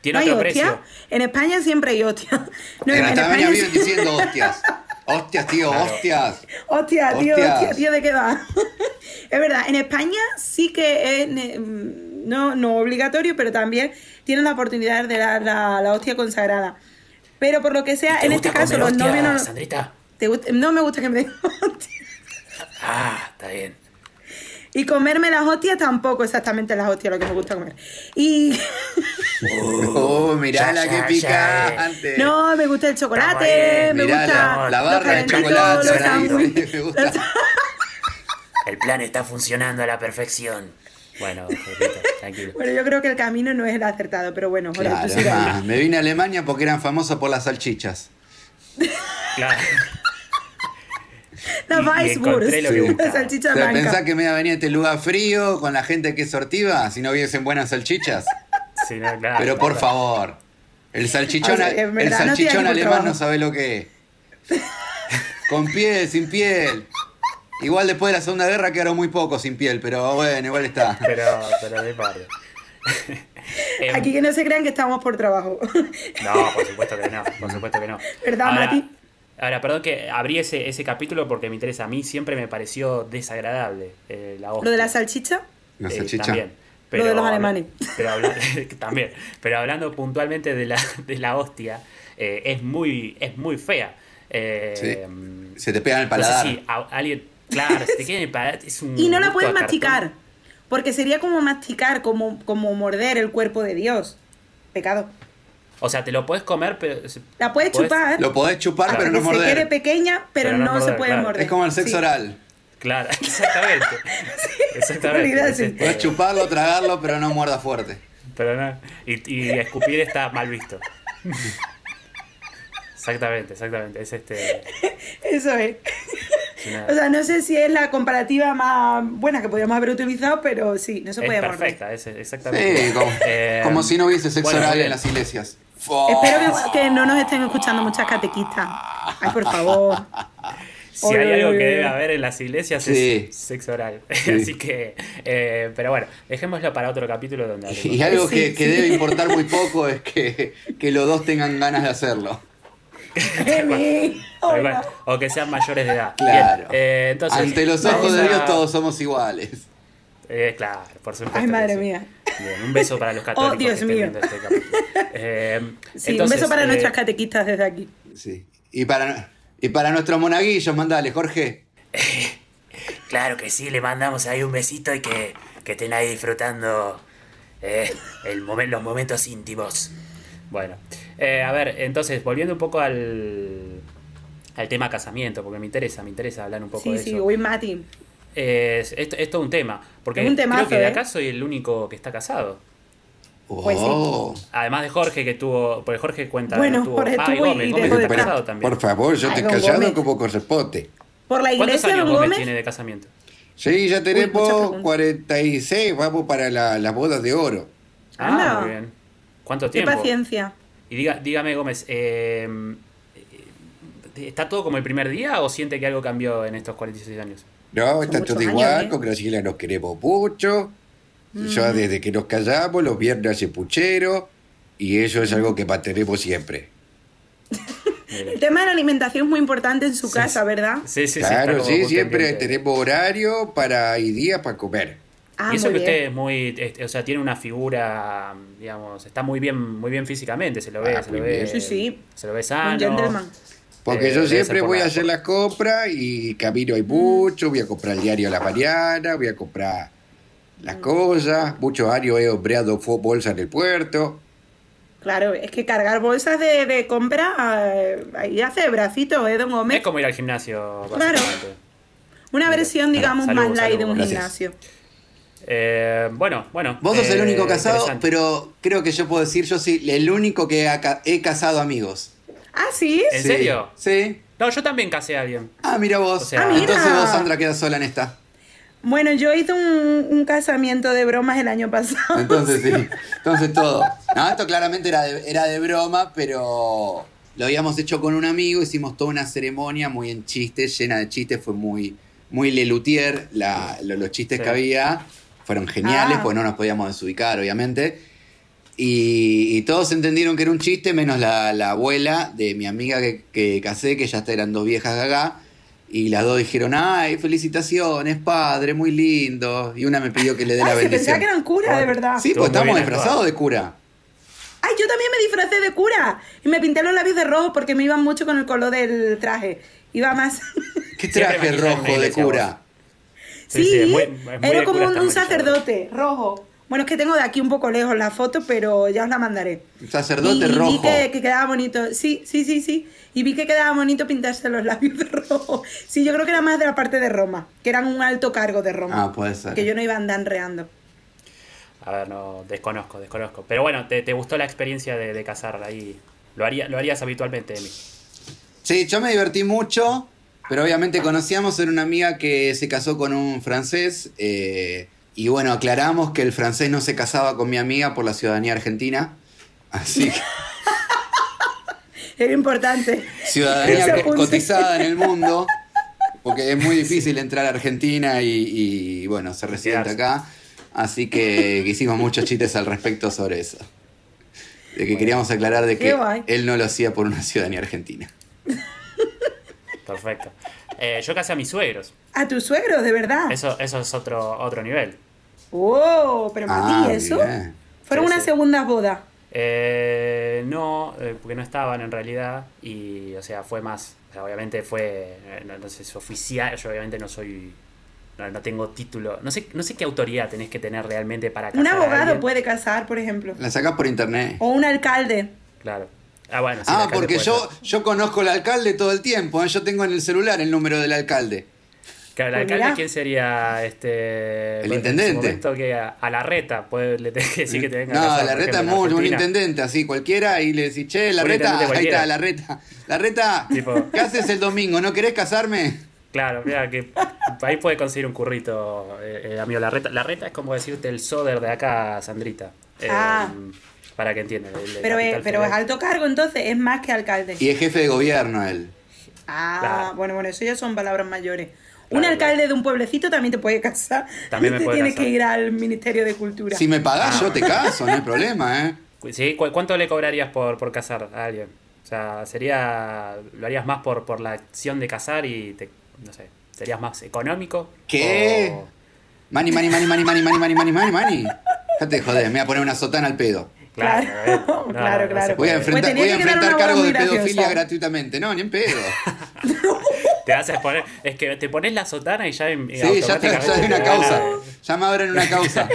Speaker 2: Tiene
Speaker 1: ¿No hay
Speaker 2: otro
Speaker 1: hostia?
Speaker 2: precio.
Speaker 1: En España siempre hay hostia. No,
Speaker 3: en
Speaker 1: en
Speaker 3: Alemania
Speaker 1: España
Speaker 3: viven
Speaker 1: sí-
Speaker 3: diciendo hostias. Hostias, tío,
Speaker 2: Claro.
Speaker 3: hostias.
Speaker 1: Hostia, tío,
Speaker 3: Hostias.
Speaker 1: hostia, tío, ¿de qué va? es verdad, en España sí que es ne- mm, no, no obligatorio, pero también tienen la oportunidad de dar la, la hostia consagrada. Pero por lo que sea,
Speaker 2: ¿Te
Speaker 1: en
Speaker 2: gusta
Speaker 1: este caso,
Speaker 2: comer
Speaker 1: los
Speaker 2: hostia,
Speaker 1: novios no.
Speaker 2: Sandrita?
Speaker 1: ¿Te gusta? No me gusta que me den hostia.
Speaker 2: Ah, está bien.
Speaker 1: Y comerme las hostias tampoco, exactamente las hostias, lo que me gusta comer. Y.
Speaker 3: Oh, mirá
Speaker 2: ya,
Speaker 3: la que
Speaker 2: ya,
Speaker 3: picante.
Speaker 1: No, me gusta el chocolate,
Speaker 2: Está
Speaker 1: me
Speaker 2: bien.
Speaker 3: mirá
Speaker 1: gusta
Speaker 3: la, la
Speaker 1: los
Speaker 3: barra de
Speaker 1: calentitos,
Speaker 3: chocolate.
Speaker 1: los
Speaker 3: ahora dice,
Speaker 1: sándwiches.
Speaker 3: me gusta.
Speaker 2: El plan está funcionando a la perfección. Bueno, Jorgito, tranquilo.
Speaker 1: Bueno, yo creo que el camino no es el acertado, pero bueno, Jorge,
Speaker 3: Claro, Ah.
Speaker 1: tú sigue ahí.
Speaker 3: ma, me vine a Alemania porque eran famosos por las salchichas.
Speaker 2: Claro.
Speaker 1: La
Speaker 2: Y- y encontré lo
Speaker 1: Weisswurst,
Speaker 2: que
Speaker 1: la
Speaker 2: buscaba.
Speaker 1: salchicha
Speaker 3: O sea,
Speaker 1: blanca.
Speaker 3: pensá que me iba a venir a este lugar frío con la gente que sortiva si no hubiesen buenas salchichas.
Speaker 2: Sí, no, claro,
Speaker 3: Pero por
Speaker 2: claro.
Speaker 3: favor, el salchichón,
Speaker 1: O sea,
Speaker 3: a-
Speaker 1: en
Speaker 3: el
Speaker 1: verdad, no
Speaker 3: salchichón
Speaker 1: tiene ningún
Speaker 3: alemán no
Speaker 1: trabajo.
Speaker 3: sabe lo que es. Con piel, sin piel. Igual después de la Segunda Guerra quedaron muy pocos sin piel, pero bueno, igual está.
Speaker 2: Pero, pero de parte. Em,
Speaker 1: Aquí que no se crean que estamos por trabajo.
Speaker 2: No, por supuesto que no, por supuesto que no.
Speaker 1: ¿Verdad, Mati?
Speaker 2: Ahora, perdón que abrí ese, ese capítulo porque me interesa. A mí siempre me pareció desagradable eh, la
Speaker 1: Lo
Speaker 2: hostia.
Speaker 1: de la salchicha,
Speaker 3: La
Speaker 2: Eh,
Speaker 3: salchicha.
Speaker 2: también.
Speaker 1: Lo de los alemanes.
Speaker 2: Pero habla- también. Pero hablando puntualmente de la, de la hostia, eh, es, muy, es muy fea. Eh,
Speaker 3: Sí. Se te pega en el paladar.
Speaker 2: No sé si a- alguien. Claro, se te queda en el paladar. es un
Speaker 1: y no la
Speaker 2: gusto
Speaker 1: puedes
Speaker 2: Mm, a cartón.
Speaker 1: masticar, porque sería como masticar, como, como morder el cuerpo de Dios. Pecado.
Speaker 2: O sea, te lo puedes comer, pero.
Speaker 1: La puedes chupar
Speaker 3: Lo podés chupar,
Speaker 2: Claro.
Speaker 3: pero no
Speaker 1: que se quede
Speaker 3: morder.
Speaker 1: pequeña, pero,
Speaker 2: Pues, Pero no
Speaker 1: no, se
Speaker 2: morder,
Speaker 1: puede
Speaker 2: claro.
Speaker 1: morder.
Speaker 3: Es como el sexo
Speaker 1: Sí.
Speaker 3: oral.
Speaker 2: Claro, exactamente.
Speaker 1: en realidad
Speaker 2: exactamente.
Speaker 1: sí.
Speaker 2: Es este-
Speaker 3: Podés chuparlo, tragarlo, pero no muerda fuerte.
Speaker 2: Pero no. Y, y escupir está mal visto. Exactamente, exactamente. Es este.
Speaker 1: Eso es.
Speaker 2: es una-
Speaker 1: O sea, no sé si es la comparativa más buena que podríamos haber utilizado, pero sí, no se puede
Speaker 2: es
Speaker 1: morder.
Speaker 2: perfecta, es exactamente.
Speaker 3: Sí, como,
Speaker 2: Eh,
Speaker 3: como si no hubiese sexo
Speaker 2: bueno, muy
Speaker 3: oral
Speaker 2: bien.
Speaker 3: en las iglesias.
Speaker 1: Espero que, que no nos estén escuchando muchas catequistas. Ay, por favor.
Speaker 2: Si hay
Speaker 1: Oy,
Speaker 2: algo
Speaker 1: oy,
Speaker 2: que
Speaker 1: oy,
Speaker 2: debe
Speaker 1: oy.
Speaker 2: haber en las iglesias
Speaker 3: Sí.
Speaker 2: es sexo oral.
Speaker 3: Sí.
Speaker 2: Así que, eh, pero bueno, dejémoslo para otro capítulo donde hablemos.
Speaker 3: Y algo que,
Speaker 1: Sí,
Speaker 3: que
Speaker 1: sí.
Speaker 3: debe importar muy poco es que, que los dos tengan ganas de hacerlo.
Speaker 1: Qué bien.
Speaker 2: Tal cual.
Speaker 1: Hola.
Speaker 2: O que sean mayores de edad.
Speaker 3: Claro.
Speaker 2: Bien, eh, entonces,
Speaker 3: Ante los
Speaker 2: vamos
Speaker 3: ojos de
Speaker 2: a-
Speaker 3: Dios todos somos iguales.
Speaker 2: Eh, claro, por supuesto.
Speaker 1: Ay, madre
Speaker 2: que sí.
Speaker 1: mía. Oh,
Speaker 2: Bien, un beso para los católicos.
Speaker 1: Dios
Speaker 2: que estén
Speaker 1: mío.
Speaker 2: viendo este capítulo. Eh,
Speaker 1: Sí,
Speaker 2: entonces,
Speaker 1: un beso para
Speaker 2: eh,
Speaker 1: nuestras catequistas desde aquí.
Speaker 3: Sí. Y para, y para nuestros monaguillos, mandale, Jorge.
Speaker 2: Claro que sí, le mandamos ahí un besito y que, que estén ahí disfrutando eh, el momen- los momentos íntimos. Bueno, eh, a ver, entonces, volviendo un poco al, al tema casamiento, porque me interesa, me interesa hablar un poco
Speaker 1: Sí,
Speaker 2: de
Speaker 1: sí,
Speaker 2: eso. Eh,
Speaker 1: Win Mati.
Speaker 2: Es, es, es todo un tema, porque
Speaker 1: Es un temazo,
Speaker 2: creo que de
Speaker 1: ¿eh?
Speaker 2: acá soy el único que está casado.
Speaker 1: Pues sí.
Speaker 3: Oh.
Speaker 2: Además de Jorge, que tuvo. Porque Jorge cuenta.
Speaker 1: Bueno,
Speaker 2: tuvo,
Speaker 1: Jorge
Speaker 2: ah, y
Speaker 1: tuvo y
Speaker 2: Gómez,
Speaker 1: dejó
Speaker 2: Gómez
Speaker 1: de
Speaker 2: está
Speaker 1: estar.
Speaker 2: casado también.
Speaker 4: Por favor, yo
Speaker 1: Ay,
Speaker 4: te he
Speaker 1: don
Speaker 4: callado
Speaker 1: Gómez.
Speaker 4: como corresponde.
Speaker 1: Por la
Speaker 2: ¿Cuántos
Speaker 1: iglesia de
Speaker 2: años
Speaker 1: Don
Speaker 2: Gómez,
Speaker 1: Gómez.
Speaker 2: tiene de casamiento?
Speaker 4: Sí, ya
Speaker 1: muchas
Speaker 4: tenemos
Speaker 1: preguntas.
Speaker 4: 46, vamos para la, la boda de oro.
Speaker 2: Ah,
Speaker 1: Anda.
Speaker 2: muy bien. ¿Cuánto
Speaker 1: Qué
Speaker 2: tiempo?
Speaker 1: paciencia.
Speaker 2: Y diga, dígame, Gómez, eh, ¿está todo como el primer día o siente que algo cambió en estos 46 años?
Speaker 4: No, está
Speaker 1: muchos
Speaker 4: todo
Speaker 1: años,
Speaker 4: igual,
Speaker 1: ¿eh? Mm.
Speaker 4: con Graciela nos queremos mucho. Yo desde que nos casamos, los viernes hace puchero. Y eso es algo que mantenemos siempre.
Speaker 2: Mira.
Speaker 1: El tema de la alimentación es muy importante en su
Speaker 2: Sí,
Speaker 1: casa,
Speaker 2: sí.
Speaker 1: ¿verdad?
Speaker 2: Sí, sí, sí. está
Speaker 4: claro,
Speaker 2: como
Speaker 4: sí,
Speaker 2: muy
Speaker 4: siempre
Speaker 2: pendiente.
Speaker 4: tenemos horario para y día para comer.
Speaker 1: Ah,
Speaker 2: y eso que
Speaker 1: muy bien.
Speaker 2: usted es muy, este, o sea, tiene una figura, digamos, está muy bien, muy bien físicamente, se lo ve,
Speaker 4: Ah,
Speaker 2: se lo
Speaker 4: muy
Speaker 2: ve,
Speaker 4: bien.
Speaker 1: Sí, sí.
Speaker 2: se lo ve
Speaker 1: Un
Speaker 2: sano.
Speaker 1: gentleman.
Speaker 4: Porque
Speaker 2: Eh,
Speaker 4: yo
Speaker 2: debe ser
Speaker 4: siempre
Speaker 2: por
Speaker 4: voy
Speaker 2: la-
Speaker 4: a hacer las compras y camino hay mucho, voy a comprar el diario a la mañana, voy a comprar las
Speaker 2: Mm.
Speaker 4: cosas. Muchos años he hombreado fo- bolsa en el puerto.
Speaker 1: Claro, es que cargar bolsas de, de compra eh, ahí hace bracitos, ¿eh, don Gómez?
Speaker 2: Es como ir al gimnasio,
Speaker 1: Claro.
Speaker 2: básicamente.
Speaker 1: Una versión, digamos,
Speaker 2: Salud,
Speaker 1: más light
Speaker 2: salud,
Speaker 1: de un
Speaker 3: gracias.
Speaker 1: gimnasio.
Speaker 2: Eh, bueno, bueno.
Speaker 3: Vos sos el
Speaker 2: eh,
Speaker 3: único casado,
Speaker 2: interesante.
Speaker 3: pero creo que yo puedo decir, yo sí, el único que ha ca- he casado amigos.
Speaker 1: Ah, sí.
Speaker 2: ¿En
Speaker 3: Sí.
Speaker 2: serio?
Speaker 3: Sí.
Speaker 2: No, yo también casé a alguien.
Speaker 3: Ah, mira vos.
Speaker 2: O sea- Ah,
Speaker 1: mira.
Speaker 3: Entonces vos, Sandra, quedas sola en esta.
Speaker 1: Bueno, yo hice un, un casamiento de bromas el año pasado.
Speaker 3: Entonces sí. Entonces todo. No, esto claramente era de, era de broma, pero lo habíamos hecho con un amigo, hicimos toda una ceremonia muy en chistes, llena de chistes, fue muy, muy Lelutier, la, lo- los chistes
Speaker 2: Sí.
Speaker 3: que había. Fueron geniales,
Speaker 1: Ah.
Speaker 3: pues no nos podíamos desubicar, obviamente. Y, y todos entendieron que era un chiste, menos la, la abuela de mi amiga que, que casé, que ya hasta eran dos viejas gaga. Y las dos dijeron, ay, felicitaciones, padre, muy lindo. Y una me pidió que le dé la
Speaker 1: Ay, se
Speaker 3: bendición.
Speaker 1: pensaba que eran curas, de verdad.
Speaker 3: Sí,
Speaker 2: Ah, Estuvo
Speaker 3: pues
Speaker 2: muy
Speaker 3: estamos
Speaker 2: bien
Speaker 3: disfrazados
Speaker 2: actuado.
Speaker 3: de cura.
Speaker 1: Ay, yo también me disfracé de cura. Y me pinté los labios de rojo porque me iban mucho con el color del traje. Iba más.
Speaker 3: ¿Qué
Speaker 2: Siempre
Speaker 3: traje
Speaker 2: maquillan
Speaker 3: rojo
Speaker 2: la
Speaker 3: de
Speaker 2: iglesia,
Speaker 3: cura?
Speaker 2: Sí,
Speaker 1: Sí,
Speaker 2: sí, es muy- es muy de
Speaker 1: era como
Speaker 2: cura
Speaker 1: un,
Speaker 2: esta
Speaker 1: un
Speaker 2: manchada.
Speaker 1: sacerdote rojo. Bueno, es que tengo de aquí un poco lejos la foto, pero ya os la mandaré.
Speaker 3: Sacerdote
Speaker 1: y, y vi
Speaker 3: rojo.
Speaker 1: que, que quedaba bonito. Sí, sí, sí, sí. Y vi que quedaba bonito pintarse los labios de rojo. Sí, yo creo que era más de la parte de Roma, que eran un alto cargo de Roma.
Speaker 3: Ah, puede ser.
Speaker 1: Que yo no iba andanreando.
Speaker 2: A ver, no, desconozco, desconozco. Pero bueno, te, te gustó la experiencia de, de casarla ahí. Lo, haría, lo harías habitualmente, Emi.
Speaker 3: Sí, yo me divertí mucho, pero obviamente conocíamos, era una amiga que se casó con un francés. eh, y bueno, aclaramos que el francés no se casaba con mi amiga por la ciudadanía argentina. Así que,
Speaker 1: Era importante. Ese
Speaker 3: ciudadanía
Speaker 1: apunte.
Speaker 3: cotizada en el mundo. Porque es muy difícil entrar a Argentina y, y, bueno, se residente
Speaker 2: Quedarse.
Speaker 3: acá. Así que hicimos muchos chistes al respecto sobre eso. De que queríamos aclarar de
Speaker 1: Qué
Speaker 3: que
Speaker 1: guay.
Speaker 3: él no lo hacía por una ciudadanía argentina.
Speaker 2: Perfecto. Eh, yo casé a mis suegros.
Speaker 1: ¿A tus suegros, de verdad?
Speaker 2: Eso, eso es otro, otro nivel.
Speaker 1: Oh, pero
Speaker 3: Ah,
Speaker 1: Mati, ¿eso?
Speaker 3: bien.
Speaker 1: Fueron
Speaker 2: Sí,
Speaker 1: una
Speaker 2: sí.
Speaker 1: segunda boda.
Speaker 2: Eh, no, eh, porque no estaban en realidad. Y, o sea, fue más. o sea, obviamente fue. eh, No, no sé, es oficial. Yo, obviamente, no soy. No, no tengo título. No sé, no sé qué autoridad tenés que tener realmente para casar.
Speaker 1: Un
Speaker 2: a
Speaker 1: abogado
Speaker 2: alguien.
Speaker 1: puede casar, por ejemplo.
Speaker 3: La sacás por internet.
Speaker 1: O un alcalde.
Speaker 2: Claro. Ah, bueno, sí, el
Speaker 3: ah,
Speaker 2: alcalde
Speaker 3: porque
Speaker 2: puede
Speaker 3: yo,
Speaker 2: ser.
Speaker 3: yo conozco al alcalde todo el tiempo. ¿eh? Yo tengo en el celular el número del alcalde.
Speaker 2: Claro, el
Speaker 1: Pues
Speaker 2: alcalde,
Speaker 1: mirá.
Speaker 2: ¿quién sería? Este,
Speaker 3: El
Speaker 2: bueno,
Speaker 3: intendente.
Speaker 2: En su momento que a, a la reta, puede, le tenés que decir que te venga a
Speaker 3: no,
Speaker 2: casar,
Speaker 3: la
Speaker 2: por
Speaker 3: reta es
Speaker 2: ejemplo, en
Speaker 3: mucho, un
Speaker 2: Argentina.
Speaker 3: intendente así, cualquiera, y le decís, che, la
Speaker 2: Un
Speaker 3: reta,
Speaker 2: intendente
Speaker 3: ahí
Speaker 2: cualquiera.
Speaker 3: está, la reta. La reta,
Speaker 2: Tipo-
Speaker 3: ¿qué haces el domingo? ¿No querés casarme?
Speaker 2: Claro, mira, que ahí puede conseguir un currito, eh, eh, amigo. La reta, la reta es como decirte el soder de acá, Sandrita. Eh,
Speaker 1: Ah.
Speaker 2: Para que entiendan. el de
Speaker 1: Pero, es-
Speaker 2: Capital
Speaker 1: pero es
Speaker 2: Federal.
Speaker 1: alto cargo, entonces es más que alcalde.
Speaker 3: Y es jefe de gobierno él.
Speaker 1: Ah,
Speaker 2: Claro.
Speaker 1: bueno, bueno, eso ya son palabras mayores. un
Speaker 2: Claro,
Speaker 1: alcalde de un pueblecito también te puede casar.
Speaker 2: También me
Speaker 1: te
Speaker 2: puede
Speaker 1: tienes
Speaker 2: casar.
Speaker 1: que ir al Ministerio de Cultura.
Speaker 3: Si me pagás,
Speaker 2: Ah.
Speaker 3: yo te caso, no hay problema, ¿eh?
Speaker 2: ¿Sí? ¿Cu- ¿Cuánto le cobrarías por, por casar a alguien? O sea, sería. ¿Lo harías más por, por la acción de casar y te. No sé. ¿Serías más económico?
Speaker 3: ¿Qué?
Speaker 2: O-
Speaker 3: Mani, mani, mani, mani, mani, mani, mani, mani, mani, mani. Déjate joder, me voy a poner una sotana al pedo.
Speaker 2: Claro, eh,
Speaker 1: Claro,
Speaker 2: no,
Speaker 1: claro,
Speaker 2: no
Speaker 1: claro.
Speaker 2: se
Speaker 3: Voy
Speaker 2: puede.
Speaker 3: a
Speaker 1: Pues
Speaker 3: enfrentar,
Speaker 1: tenía
Speaker 3: voy a
Speaker 1: que quedar
Speaker 3: enfrentar
Speaker 1: una boda
Speaker 3: cargos de
Speaker 1: muy graciosa.
Speaker 3: pedofilia gratuitamente. No, ni en pedo.
Speaker 2: Te haces poner. Es que te pones la sotana y ya. em-
Speaker 3: Sí, ya, te- ya hay
Speaker 2: automáticamente
Speaker 3: una
Speaker 2: te van a-
Speaker 3: causa. Ya me abren una causa.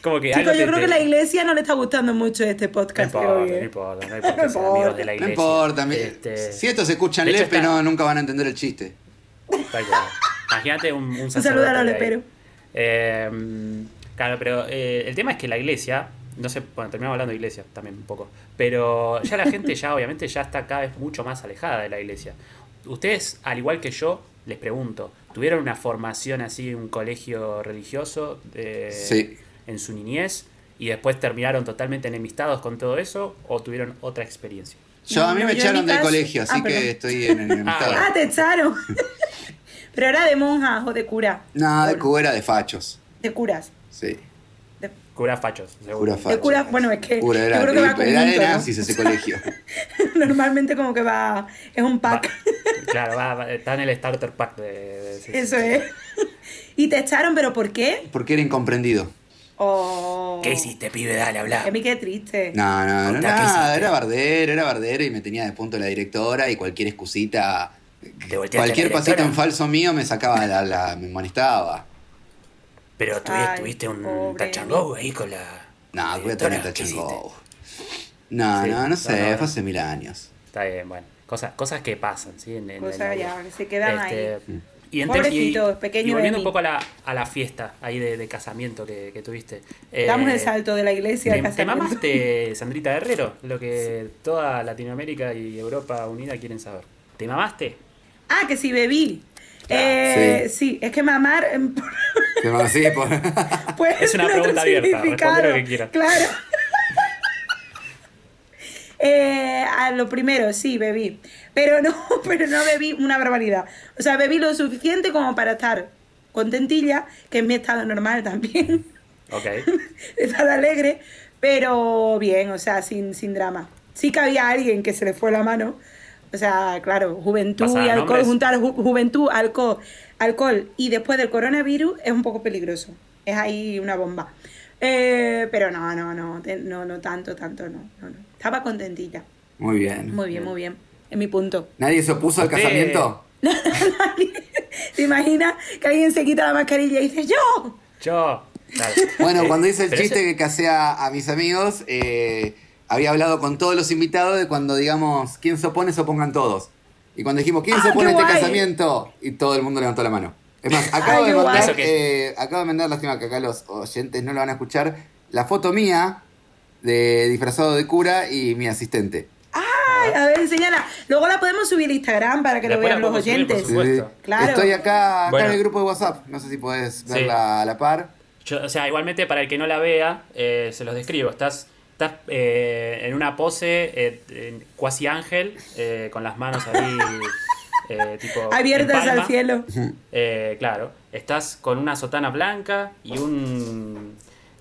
Speaker 2: Como que algo
Speaker 1: Chicos, yo
Speaker 2: te-
Speaker 1: creo
Speaker 2: te-
Speaker 1: que la iglesia no le está gustando mucho este
Speaker 2: No
Speaker 1: podcast de
Speaker 2: importa,
Speaker 1: hoy.
Speaker 2: no
Speaker 1: ¿eh?
Speaker 2: importa, no importa, son amigos de la
Speaker 3: No
Speaker 2: iglesia.
Speaker 3: importa. mi-
Speaker 2: Este,
Speaker 3: Si estos escuchan
Speaker 2: de hecho
Speaker 3: Lepe,
Speaker 2: está-
Speaker 3: no, nunca van a entender el chiste.
Speaker 2: tal cual. Imagínate un, un sacerdote.
Speaker 1: saludo a los
Speaker 2: ahí.
Speaker 1: leperos.
Speaker 2: Eh, claro, pero eh, el tema es que la iglesia, no sé, bueno, terminamos hablando de iglesia también un poco, pero ya la gente ya obviamente ya está cada vez mucho más alejada de la iglesia. Ustedes, al igual que yo, les pregunto, ¿tuvieron una formación así, un colegio religioso eh,
Speaker 3: Sí.
Speaker 2: en su niñez y después terminaron totalmente enemistados con todo eso o tuvieron otra experiencia?
Speaker 3: Yo, a mí
Speaker 1: No,
Speaker 3: me
Speaker 1: yo en
Speaker 3: echaron
Speaker 1: mi
Speaker 3: del
Speaker 1: caso-
Speaker 3: colegio, así
Speaker 1: Ah, perdón.
Speaker 3: que estoy en en enemistad.
Speaker 1: Ah,
Speaker 2: Ah,
Speaker 1: te echaron. pero era de monjas o de cura.
Speaker 3: No, de
Speaker 1: O-
Speaker 3: cubera de fachos.
Speaker 1: De curas.
Speaker 3: Sí.
Speaker 1: De,
Speaker 2: Cura fachos, seguro.
Speaker 3: Cura fachos.
Speaker 1: cura- bueno, es que
Speaker 3: Cura
Speaker 1: yo
Speaker 3: era,
Speaker 1: creo que va
Speaker 3: era, era de
Speaker 1: conjunto, ¿no?
Speaker 3: nazis ese colegio.
Speaker 1: normalmente como que va... Es un
Speaker 2: Va-
Speaker 1: pack.
Speaker 2: claro, va- va- está en el starter pack de. de- sí,
Speaker 1: Eso
Speaker 2: sí.
Speaker 1: es. y te echaron, ¿pero por qué?
Speaker 3: Porque era incomprendido.
Speaker 1: Oh.
Speaker 2: ¿Qué hiciste, pibe? Dale, habla.
Speaker 1: A mí qué triste.
Speaker 3: No, no, no,
Speaker 2: Contá qué
Speaker 3: nada,
Speaker 2: hiciste.
Speaker 3: era bardero, era bardero y me tenía de punto la directora y cualquier excusita,
Speaker 2: Te volteaste a
Speaker 3: cualquier
Speaker 2: la
Speaker 3: pasito
Speaker 2: directora.
Speaker 3: en falso mío me sacaba la, la- me molestaba.
Speaker 2: Pero tú
Speaker 1: Ay,
Speaker 2: tuviste un
Speaker 1: pobre.
Speaker 2: tachango ahí con la.
Speaker 3: No, voy a
Speaker 2: directora.
Speaker 3: tener
Speaker 2: ¿Qué hiciste?
Speaker 3: tachango. No,
Speaker 2: Sí,
Speaker 3: no,
Speaker 2: no,
Speaker 3: no sé,
Speaker 2: no, no.
Speaker 3: fue hace mil años.
Speaker 2: Está bien, bueno. Cosas, cosas que pasan, ¿sí? En, en-
Speaker 1: Cosas
Speaker 2: en la
Speaker 1: ya,
Speaker 2: vida.
Speaker 1: se quedan
Speaker 2: ahí. Y en
Speaker 1: Pobrecitos,
Speaker 2: y-
Speaker 1: pequeño
Speaker 2: y volviendo
Speaker 1: Emi.
Speaker 2: un poco a la, a la fiesta ahí de, de casamiento que, que tuviste. Eh,
Speaker 1: Damos el salto de la iglesia
Speaker 2: Te,
Speaker 1: al
Speaker 2: te
Speaker 1: casamiento.
Speaker 2: mamaste, Sandrita Guerrero, lo que toda Latinoamérica y Europa unida quieren saber. ¿Te mamaste?
Speaker 1: Ah, que sí, bebí.
Speaker 2: Claro,
Speaker 1: Eh,
Speaker 3: sí.
Speaker 1: sí. es que mamar em,
Speaker 3: Que me- sí, pues. por-
Speaker 1: puede
Speaker 2: Es una
Speaker 1: tener
Speaker 2: pregunta
Speaker 1: otro
Speaker 2: abierta,
Speaker 1: significado.
Speaker 2: responde lo que quiera.
Speaker 1: Claro. Eh, a lo primero, sí, bebí. Pero no, pero no bebí una barbaridad. O sea, bebí lo suficiente como para estar contentilla, que es mi estado normal también,
Speaker 2: Ok.
Speaker 1: estar alegre, pero bien, o sea, sin, sin drama. Sí que había alguien que se le fue la mano. O sea, claro, juventud
Speaker 2: ¿Vas a
Speaker 1: y
Speaker 2: dar
Speaker 1: alcohol,
Speaker 2: nombres?
Speaker 1: juntar ju- juventud, alcohol, alcohol y después del coronavirus es un poco peligroso. Es ahí una bomba. Eh, pero no, no, no, te- no, no tanto, tanto, no, no, no. Estaba contentita.
Speaker 3: Muy bien.
Speaker 1: Muy bien, muy bien. En mi punto.
Speaker 3: ¿Nadie se opuso al
Speaker 2: Usted-
Speaker 3: casamiento?
Speaker 1: ¿Te imaginas que alguien se quita la mascarilla y dice yo?
Speaker 2: Yo. claro.
Speaker 3: Bueno,
Speaker 2: Eh,
Speaker 3: cuando hice el
Speaker 2: pero
Speaker 3: chiste
Speaker 2: ese-
Speaker 3: que casé a, a mis amigos, eh, había hablado con todos los invitados de cuando digamos, ¿quién se opone? Se opongan todos. Y cuando dijimos, ¿quién
Speaker 1: Ah,
Speaker 3: se opone a
Speaker 1: qué
Speaker 3: este
Speaker 1: guay. Ah,
Speaker 3: casamiento? Y todo el mundo levantó la mano. Es más, acabo,
Speaker 1: qué
Speaker 3: de
Speaker 1: guay.
Speaker 3: mandar,
Speaker 2: Eso que-
Speaker 3: eh, acabo de mandar, lástima que acá los oyentes no lo van a escuchar, la foto mía de disfrazado de cura y mi asistente.
Speaker 1: Ay, a ver, enséñala. Luego la podemos subir a Instagram para que lo
Speaker 2: Ah. Después
Speaker 1: vean
Speaker 2: la
Speaker 1: los
Speaker 2: podemos subir, por
Speaker 1: oyentes.
Speaker 2: supuesto.
Speaker 1: Claro.
Speaker 3: Estoy acá, acá
Speaker 2: Bueno.
Speaker 3: en el grupo de WhatsApp, no sé si podés
Speaker 2: Sí.
Speaker 3: verla a la par.
Speaker 2: Yo, o sea, igualmente para el que no la vea, eh, se los describo. Estás, estás eh, en una pose eh, en- cuasi ángel, eh, con las manos ahí, eh, tipo. en
Speaker 1: Abiertas
Speaker 2: palma.
Speaker 1: al cielo.
Speaker 2: Eh, claro. Estás con una sotana blanca y un.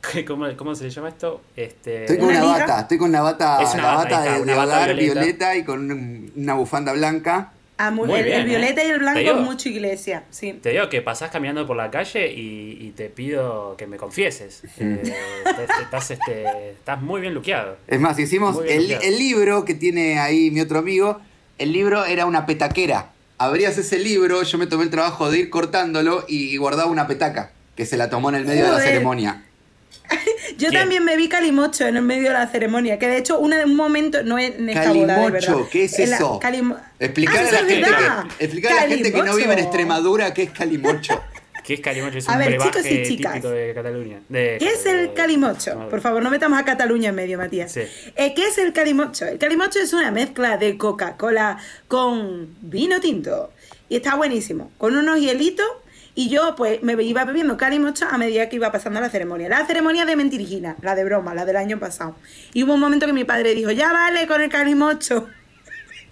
Speaker 2: ¿Cómo, cómo se le llama esto? Este,
Speaker 3: Estoy con
Speaker 1: ¿Una
Speaker 3: una,
Speaker 1: liga?
Speaker 3: bata, estoy con una bata,
Speaker 2: Es una
Speaker 3: la
Speaker 2: bata,
Speaker 3: bata
Speaker 2: ahí está,
Speaker 3: de,
Speaker 2: una
Speaker 3: de
Speaker 2: bata
Speaker 3: hogar
Speaker 2: violeta.
Speaker 3: violeta. y con un- una bufanda blanca
Speaker 1: A mu-
Speaker 2: Muy
Speaker 1: el,
Speaker 2: bien,
Speaker 1: Ah, el violeta
Speaker 2: ¿eh?
Speaker 1: y el blanco
Speaker 2: Te digo.
Speaker 1: es mucho iglesia, sí.
Speaker 2: Te digo que pasás caminando por la calle y, y te pido que me confieses. Eh, estás, estás, este, estás muy bien luqueado.
Speaker 3: Es más, hicimos
Speaker 2: Muy bien,
Speaker 3: el,
Speaker 2: claro.
Speaker 3: el libro que tiene ahí mi otro amigo. El libro era una petaquera. Abrías ese libro, yo me tomé el trabajo de ir cortándolo y guardaba una petaca que se la tomó en el medio de la
Speaker 1: Joder.
Speaker 3: ceremonia.
Speaker 1: Yo
Speaker 2: Bien.
Speaker 1: también me vi calimocho en el medio de la ceremonia, que de hecho una de un momento no es en esta boda, de
Speaker 3: Calimocho,
Speaker 1: verdad.
Speaker 3: ¿qué es
Speaker 1: En la-
Speaker 3: eso?
Speaker 1: calim-
Speaker 3: Explicar
Speaker 1: Ah,
Speaker 3: a
Speaker 1: eso
Speaker 3: la
Speaker 1: es
Speaker 3: gente,
Speaker 1: verdad.
Speaker 3: que, explicar a la gente que no
Speaker 1: Calimocho.
Speaker 3: vive en Extremadura qué es calimocho.
Speaker 2: ¿Qué es calimocho? Es
Speaker 1: A
Speaker 2: un
Speaker 1: ver,
Speaker 2: brebaje
Speaker 1: chicos y chicas,
Speaker 2: típico de Cataluña. de
Speaker 1: ¿Qué es el
Speaker 2: Cataluña.
Speaker 1: calimocho? Por favor, no metamos a Cataluña en medio, Matías.
Speaker 2: Sí.
Speaker 1: Eh, ¿Qué es el calimocho? El calimocho es una mezcla de Coca-Cola con vino tinto. Y está buenísimo. Con unos hielitos. Y yo, pues, me iba bebiendo calimocho a medida que iba pasando la ceremonia. La ceremonia de mentirigina, la de broma, la del año pasado. Y hubo un momento que mi padre dijo, ya vale con el calimocho.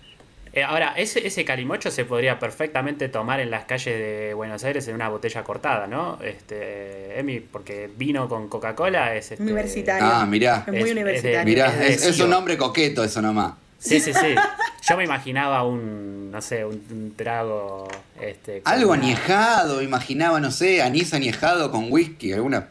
Speaker 2: Eh, ahora, ese, ese calimocho se podría perfectamente tomar en las calles de Buenos Aires en una botella cortada, ¿no? Este, Emi, porque vino con Coca-Cola es este,
Speaker 1: Universitario.
Speaker 3: Ah, mirá.
Speaker 1: Es muy
Speaker 2: Es- es de-
Speaker 1: universitario.
Speaker 3: Mirá,
Speaker 2: Es
Speaker 3: es, es un
Speaker 2: decir.
Speaker 3: nombre coqueto eso nomás.
Speaker 2: Sí, sí, sí. Yo me imaginaba un, no sé, un, un trago. Este, con-
Speaker 3: Algo añejado, imaginaba, no sé, anís añejado con whisky, alguna.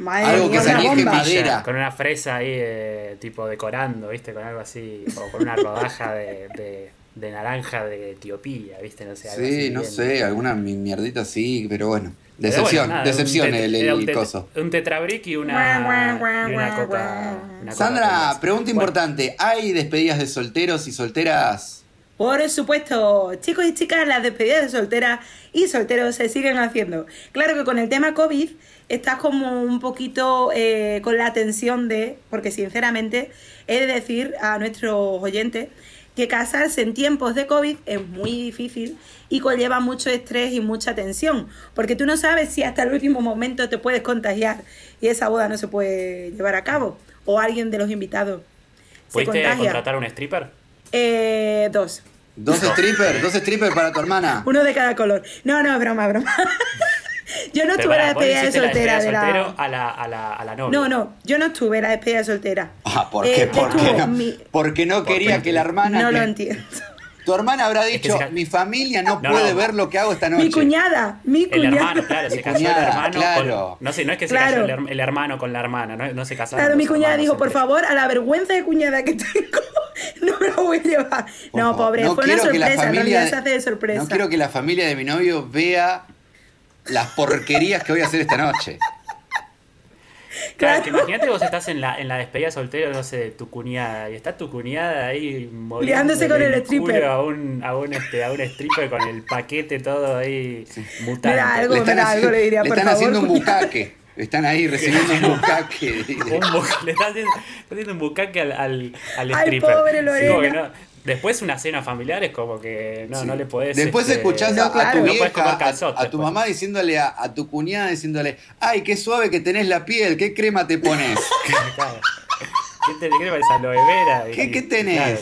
Speaker 1: Madre
Speaker 3: Algo
Speaker 1: mía,
Speaker 3: que se
Speaker 1: una
Speaker 3: añeje
Speaker 1: bomba.
Speaker 3: madera.
Speaker 2: Con una fresa ahí, eh, tipo decorando, ¿viste? Con algo así, o con una rodaja de, de- de naranja de Etiopía, ¿viste? No sé, algo
Speaker 3: Sí,
Speaker 2: así
Speaker 3: no
Speaker 2: bien.
Speaker 3: sé, alguna mi- mierdita así, pero bueno.
Speaker 2: Pero
Speaker 3: Decepción,
Speaker 2: bueno, nada,
Speaker 3: decepción
Speaker 2: un tet-
Speaker 3: el,
Speaker 2: era
Speaker 3: el
Speaker 2: un tet-
Speaker 3: coso.
Speaker 2: Un tetrabric y
Speaker 1: Guau, guau,
Speaker 2: una,
Speaker 1: guau,
Speaker 2: y una
Speaker 1: guau,
Speaker 2: coca.
Speaker 1: guau.
Speaker 2: una coca con
Speaker 3: Sandra,
Speaker 2: gas.
Speaker 3: pregunta
Speaker 2: Bueno,
Speaker 3: importante. ¿Hay despedidas de solteros y solteras?
Speaker 1: Por supuesto, chicos y chicas, las despedidas de solteras y solteros se siguen haciendo. Claro que con el tema COVID estás como un poquito eh, con la tensión de, porque sinceramente he de decir a nuestros oyentes que casarse en tiempos de COVID es muy difícil y conlleva mucho estrés y mucha tensión, porque tú no sabes si hasta el último momento te puedes contagiar y esa boda no se puede llevar a cabo o alguien de los invitados se
Speaker 2: ¿Pudiste
Speaker 1: contagia.
Speaker 2: contratar un stripper?
Speaker 1: Eh, dos.
Speaker 3: ¿Dos strippers? ¿Dos strippers para tu hermana?
Speaker 1: Uno de cada color. No, no, es broma, es broma. yo no estuve en la
Speaker 2: pará, vos le
Speaker 1: despedida de
Speaker 2: hiciste la
Speaker 1: soltera de
Speaker 2: despedida de
Speaker 1: la.
Speaker 2: soltero ah, a la, a la, a la novia.
Speaker 1: No, no, yo no estuve en la despedida de soltera.
Speaker 3: Ah, ¿por
Speaker 1: Eh,
Speaker 3: qué? ¿Por qué
Speaker 1: estuvo
Speaker 3: no?
Speaker 1: mi-
Speaker 3: Porque no quería que la hermana...
Speaker 1: No
Speaker 3: que-
Speaker 1: lo entiendo.
Speaker 3: Tu hermana habrá
Speaker 2: que
Speaker 3: dicho,
Speaker 2: será-
Speaker 3: mi familia no,
Speaker 2: No,
Speaker 3: puede
Speaker 2: no.
Speaker 3: ver lo que hago esta noche.
Speaker 1: Mi cuñada, mi
Speaker 2: El
Speaker 1: cuñada.
Speaker 2: hermano, claro, se
Speaker 3: Mi
Speaker 2: casó el
Speaker 3: cuñada,
Speaker 2: hermano.
Speaker 3: claro.
Speaker 2: Con, no sé, no es que se
Speaker 1: Claro.
Speaker 2: casó el, her- el hermano con la hermana, no, no se casaron.
Speaker 1: Claro, mi
Speaker 2: los
Speaker 1: cuñada
Speaker 2: hermanos
Speaker 1: dijo, por
Speaker 2: entre-
Speaker 1: favor, a la vergüenza de cuñada que tengo, no me la voy a llevar.
Speaker 3: Por
Speaker 1: No,
Speaker 3: favor.
Speaker 1: pobre, fue una
Speaker 3: quiero que la
Speaker 1: sorpresa, en
Speaker 3: familia
Speaker 1: realidad
Speaker 3: de-
Speaker 1: se hace de sorpresa.
Speaker 3: No quiero que la familia de mi novio vea las porquerías que voy a hacer esta noche.
Speaker 1: Claro.
Speaker 2: Claro, que imagínate vos estás en la, en la despedida soltero, no sé, de tu cuñada, y está tu cuñada ahí
Speaker 1: Liándose
Speaker 2: moviéndose
Speaker 1: con el stripper.
Speaker 2: A un, a, un, este, a un stripper con el paquete todo ahí mutante.
Speaker 1: Mira, algo-
Speaker 3: le están,
Speaker 1: mira, algo le diría, por
Speaker 3: están
Speaker 1: favor,
Speaker 3: haciendo un
Speaker 1: cuñada.
Speaker 3: bucaque. Están ahí recibiendo un bucaque.
Speaker 2: Un bu- le estás haciendo, está haciendo un bucaque al, al, al
Speaker 1: Ay,
Speaker 2: stripper.
Speaker 1: pobre Lorena.
Speaker 2: como que no- después una cena familiar es como que no,
Speaker 3: Sí.
Speaker 2: no le podés.
Speaker 3: Después
Speaker 2: este,
Speaker 3: escuchando
Speaker 1: No, claro.
Speaker 3: a tu
Speaker 2: podés
Speaker 3: vieja,
Speaker 2: comer pues.
Speaker 3: a-
Speaker 2: calzot
Speaker 3: a, tu
Speaker 2: después.
Speaker 3: mamá diciéndole a, a tu cuñada, diciéndole, ay, qué suave que tenés la piel, qué crema te pones.
Speaker 2: Claro. ¿Qué te qué le parece a aloe vera? Y-
Speaker 3: ¿Qué- qué tenés?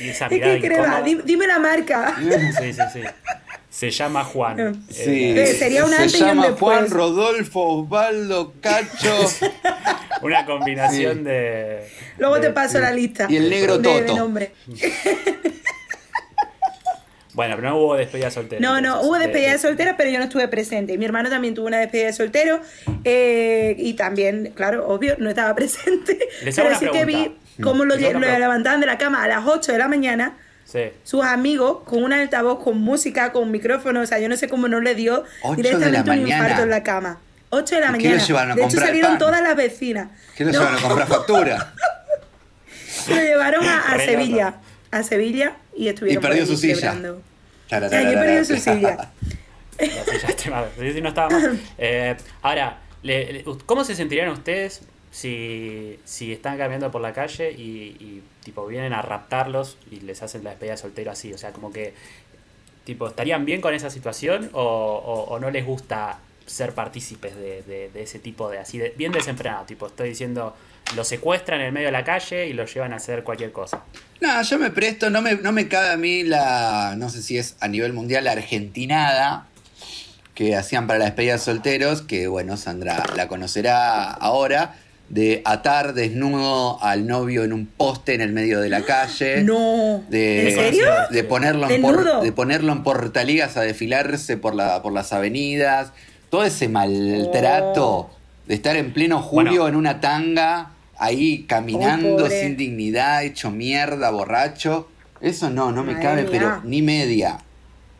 Speaker 2: y esa
Speaker 1: Es
Speaker 2: mirada
Speaker 1: que crema,
Speaker 2: incómoda.
Speaker 1: di- dime la marca.
Speaker 2: Sí, sí, sí. Se llama Juan.
Speaker 3: Sí.
Speaker 2: Eh,
Speaker 1: Eh, sería un
Speaker 3: Se
Speaker 1: antes y un
Speaker 3: llama Juan
Speaker 1: después.
Speaker 3: Rodolfo Osvaldo Cacho
Speaker 2: una combinación
Speaker 3: Sí.
Speaker 2: de.
Speaker 1: Luego
Speaker 2: de-
Speaker 1: te paso la lista.
Speaker 3: Eh, y el negro
Speaker 1: de- de
Speaker 3: Toto.
Speaker 1: nombre.
Speaker 2: Bueno, pero no hubo despedida soltera.
Speaker 1: No, no,
Speaker 2: entonces, eh,
Speaker 1: hubo
Speaker 2: de-
Speaker 1: despedida de soltero, pero yo no estuve presente. Mi hermano también tuvo una despedida de soltero eh, y también, claro, obvio, no estaba presente.
Speaker 2: Les hago
Speaker 1: pero
Speaker 2: una
Speaker 1: sí que vi
Speaker 2: pregunta.
Speaker 1: cómo lo,
Speaker 2: Les hago
Speaker 1: lle-
Speaker 2: una
Speaker 1: lo
Speaker 2: pregunta.
Speaker 1: levantaban de la cama a las 8 de la mañana
Speaker 2: Sí.
Speaker 1: sus amigos con un altavoz, con música, con micrófono. O sea, yo no sé cómo no le dio
Speaker 3: 8 de la
Speaker 1: directamente un
Speaker 3: mañana.
Speaker 1: infarto en la cama. 8 de la
Speaker 3: ¿Y qué
Speaker 1: mañana.
Speaker 3: lo llevaron a
Speaker 1: de hecho,
Speaker 3: comprar
Speaker 1: salieron
Speaker 3: pan?
Speaker 1: todas las vecinas.
Speaker 3: que no
Speaker 1: No,
Speaker 3: se van a comprar factura.
Speaker 1: lo llevaron a, a
Speaker 2: Re
Speaker 1: Sevilla.
Speaker 2: loco.
Speaker 1: A Sevilla y estuvieron
Speaker 3: Y perdió
Speaker 1: por ahí
Speaker 3: su silla.
Speaker 1: quebrando. O sea, yo he perdido su silla.
Speaker 2: La silla extremada. Sí, sí, no estaba mal. Eh, ahora, le- le- ¿cómo se sentirían ustedes si, si están caminando por la calle y, y, tipo vienen a raptarlos y les hacen la despedida de soltero así? O sea, como que tipo, ¿estarían bien con esa situación o, o- o no les gusta ser partícipes de, de- de ese tipo de así, de- bien desenfrenado? Tipo, estoy diciendo, los secuestran en el medio de la calle y los llevan a hacer cualquier cosa.
Speaker 3: No, yo me presto, no me, no me cabe a mí la, no sé si es a nivel mundial, la argentinada que hacían para la despedida de solteros, que bueno, Sandra la conocerá ahora,
Speaker 4: de atar desnudo al novio en un poste en el medio de la calle.
Speaker 1: No.
Speaker 4: De,
Speaker 1: ¿En serio?
Speaker 4: De ponerlo, en por-
Speaker 1: ¿Desnudo?
Speaker 4: de ponerlo en portaligas a desfilarse por, la, por las avenidas. Todo ese maltrato
Speaker 1: Oh.
Speaker 4: de estar en pleno julio
Speaker 2: Bueno.
Speaker 4: en una tanga, ahí caminando
Speaker 1: pobre.
Speaker 4: sin dignidad, hecho mierda, borracho. Eso no, no me
Speaker 1: Madre
Speaker 4: cabe,
Speaker 1: mía.
Speaker 4: pero ni media.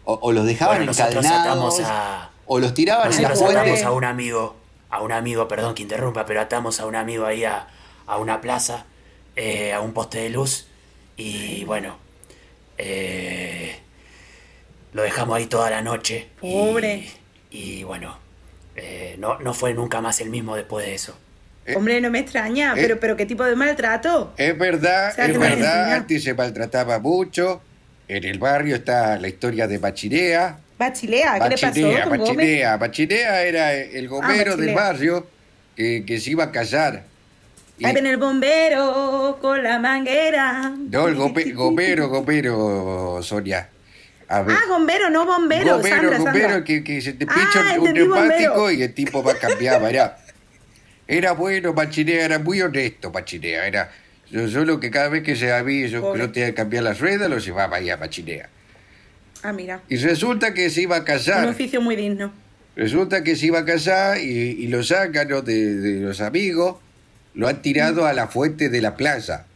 Speaker 4: O, o los dejaban
Speaker 2: Bueno, nosotros
Speaker 4: encadenados,
Speaker 2: atamos a.
Speaker 4: o los tiraban en la
Speaker 2: Nosotros
Speaker 1: puente.
Speaker 2: atamos
Speaker 4: fuente.
Speaker 2: a un amigo, a un amigo, perdón que interrumpa, pero atamos a un amigo ahí a, a una plaza, eh, a un poste de luz, y bueno, eh, lo dejamos ahí toda la noche. y-
Speaker 1: Pobre.
Speaker 2: Y, bueno, eh, no, no fue nunca más el mismo después de eso.
Speaker 3: Eh,
Speaker 1: Hombre, no me extraña,
Speaker 3: eh.
Speaker 1: pero, pero qué tipo de maltrato.
Speaker 3: Es verdad,
Speaker 1: O sea,
Speaker 3: es
Speaker 1: que
Speaker 3: verdad,
Speaker 1: Argentina-
Speaker 3: antes
Speaker 4: este
Speaker 3: se maltrataba mucho. En el barrio está la historia de Bachilea.
Speaker 1: Bachilea, Ah, ¿qué le
Speaker 3: Bachilea,
Speaker 1: pasó? Tom Gómez? Ah,
Speaker 3: Bachilea, Bachilea era el gomero
Speaker 1: Bachilea.
Speaker 3: del barrio que, que se iba a casar. Y-
Speaker 1: Ahí viene el bombero con la manguera.
Speaker 3: no, el gope- gomero, gomero, Sonia. A ver.
Speaker 1: Ah, bombero, no bombero,
Speaker 3: Gomero,
Speaker 1: Sandra,
Speaker 3: gomero,
Speaker 1: Sandra.
Speaker 3: Que, que se te
Speaker 1: Ah,
Speaker 3: pincha un- un
Speaker 1: entendí,
Speaker 3: neumático
Speaker 1: bombero.
Speaker 3: y el tipo va a cambiar, mirá. Era bueno, Pachinea, era muy honesto, Pachinea. Era, yo, yo lo que cada vez que se había, yo, que
Speaker 1: Pobre.
Speaker 3: yo tenía que cambiar las ruedas, lo llevaba ahí a Pachinea.
Speaker 1: Ah, mira,
Speaker 3: Y resulta que se iba a
Speaker 1: un
Speaker 3: casar.
Speaker 1: oficio muy digno.
Speaker 3: Resulta que se iba a casar y, y lo sacan ¿no? de, de los amigos, lo han tirado a la fuente de la plaza.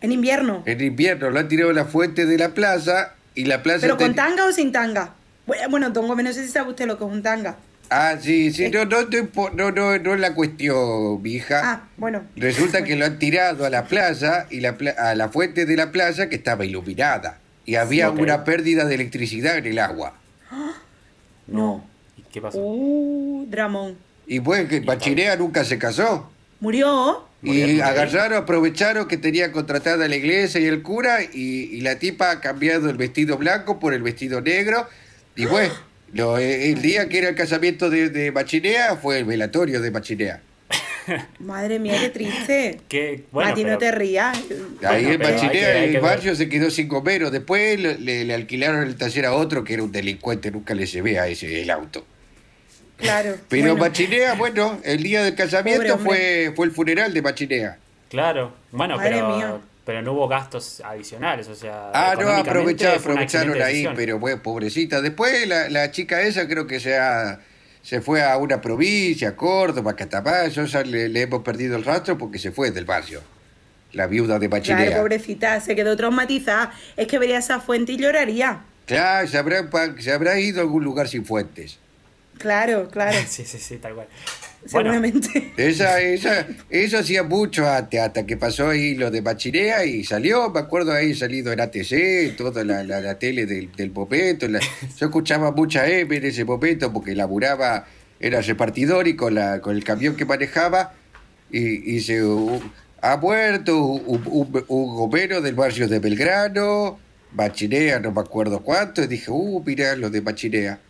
Speaker 1: En invierno.
Speaker 3: En invierno lo han tirado a la fuente de la plaza y la plaza...
Speaker 1: ¿Pero con
Speaker 3: tenía-
Speaker 1: tanga o sin tanga? Bu- Bueno, Don Gómez, no sé si sabe usted lo que es un tanga.
Speaker 3: Ah, sí,
Speaker 1: Eh.
Speaker 3: sí, no, no, te impo- no, no, no es la cuestión, mija.
Speaker 1: Ah, bueno.
Speaker 3: Resulta que lo han tirado a la plaza y la pla- a la fuente de la plaza que estaba iluminada y había
Speaker 2: Ok.
Speaker 3: una pérdida de electricidad en el agua.
Speaker 1: No.
Speaker 2: ¿Qué pasó?
Speaker 1: Uh, Dramón.
Speaker 3: Y pues que Bachirea nunca se casó.
Speaker 1: Murió.
Speaker 3: Y agarraron, aprovecharon que tenía contratada la iglesia y el cura y, y la tipa ha cambiado el vestido blanco por el vestido negro. Y
Speaker 2: ¡Ah!
Speaker 3: pues, lo- eh, el día que era el casamiento de, de Bachirea fue el velatorio de Bachirea.
Speaker 1: Madre mía, qué triste.
Speaker 2: ¿Qué? Bueno,
Speaker 1: Mati,
Speaker 2: pero-
Speaker 1: no te rías.
Speaker 3: Ahí
Speaker 2: Bueno,
Speaker 3: en
Speaker 2: pero hay que-
Speaker 3: Bachilea
Speaker 2: hay que
Speaker 3: el
Speaker 2: ver.
Speaker 3: barrio se quedó sin gomero. Después le, le- le alquilaron el taller a otro que era un delincuente, nunca le llevé a ese el auto.
Speaker 1: Claro.
Speaker 3: Pero
Speaker 1: bueno.
Speaker 3: Bachilea, bueno, el día del
Speaker 1: Pobre
Speaker 3: casamiento
Speaker 1: hombre.
Speaker 3: fue, fue el funeral de Bachilea.
Speaker 2: Claro, bueno,
Speaker 1: Madre
Speaker 2: pero,
Speaker 1: mía.
Speaker 2: pero no hubo gastos adicionales, o sea.
Speaker 3: Ah, no,
Speaker 2: económicamente
Speaker 3: aprovecharon,
Speaker 2: fue una
Speaker 3: aprovecharon
Speaker 2: excelente
Speaker 3: ahí,
Speaker 2: decisión.
Speaker 3: pero bueno, pobrecita. Después la, la chica esa creo que se, ha- se fue a una provincia, a Córdoba, a Catapayo, ya le, le hemos perdido el rastro porque se fue del barrio. La viuda de Bachilea.
Speaker 1: Claro, pobrecita, se quedó traumatizada. Es que vería esa fuente y lloraría.
Speaker 3: Claro, se habrá, pa- se habrá ido a algún lugar sin fuentes.
Speaker 1: Claro, claro.
Speaker 2: Sí, sí, sí, tal cual. Bueno,
Speaker 1: Seguramente.
Speaker 3: Esa, esa, eso hacía mucho antes, hasta que pasó ahí lo de Bachilea y salió, me acuerdo ahí salido en ATC, en toda la, la- la tele del, del momento. la- yo escuchaba mucha M en ese momento porque laburaba, era repartidor y con, la, con el camión que manejaba, y, y se u- ha muerto un, un, un gomero del barrio de Belgrano, Bachilea, no me acuerdo cuánto, y dije, uh, mirá lo de Bachilea.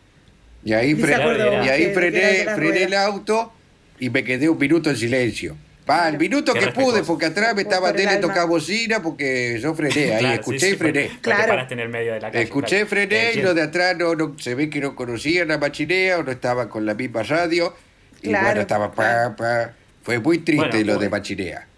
Speaker 3: Y ahí,
Speaker 1: Ni se
Speaker 3: fre-
Speaker 1: acordó
Speaker 3: y ahí
Speaker 1: que- que era
Speaker 3: frené,
Speaker 1: de la
Speaker 3: frené
Speaker 1: rueda.
Speaker 3: el auto y me quedé un minuto en silencio. Va, el minuto
Speaker 2: Qué
Speaker 3: que pude,
Speaker 2: respetuoso.
Speaker 3: porque atrás me
Speaker 1: Por-
Speaker 3: estaba
Speaker 1: por el
Speaker 3: tele
Speaker 1: alma.
Speaker 3: tocar bocina, porque yo frené, Eh, ahí
Speaker 2: claro,
Speaker 3: escuché
Speaker 2: sí, sí,
Speaker 3: y frené.
Speaker 2: porque- porque
Speaker 1: Claro.
Speaker 2: paraste en el medio de la calle.
Speaker 3: Escuché,
Speaker 2: claro. Eh,
Speaker 3: frené y
Speaker 2: Entiendo.
Speaker 3: los de atrás no, no- se ve que no conocían a Machinea o no estaban con la misma radio. Y
Speaker 1: Claro,
Speaker 3: bueno, estaba pa,
Speaker 1: claro.
Speaker 3: pa. Fue muy triste
Speaker 2: Bueno, pues,
Speaker 3: lo
Speaker 2: pobre.
Speaker 3: de Machinea.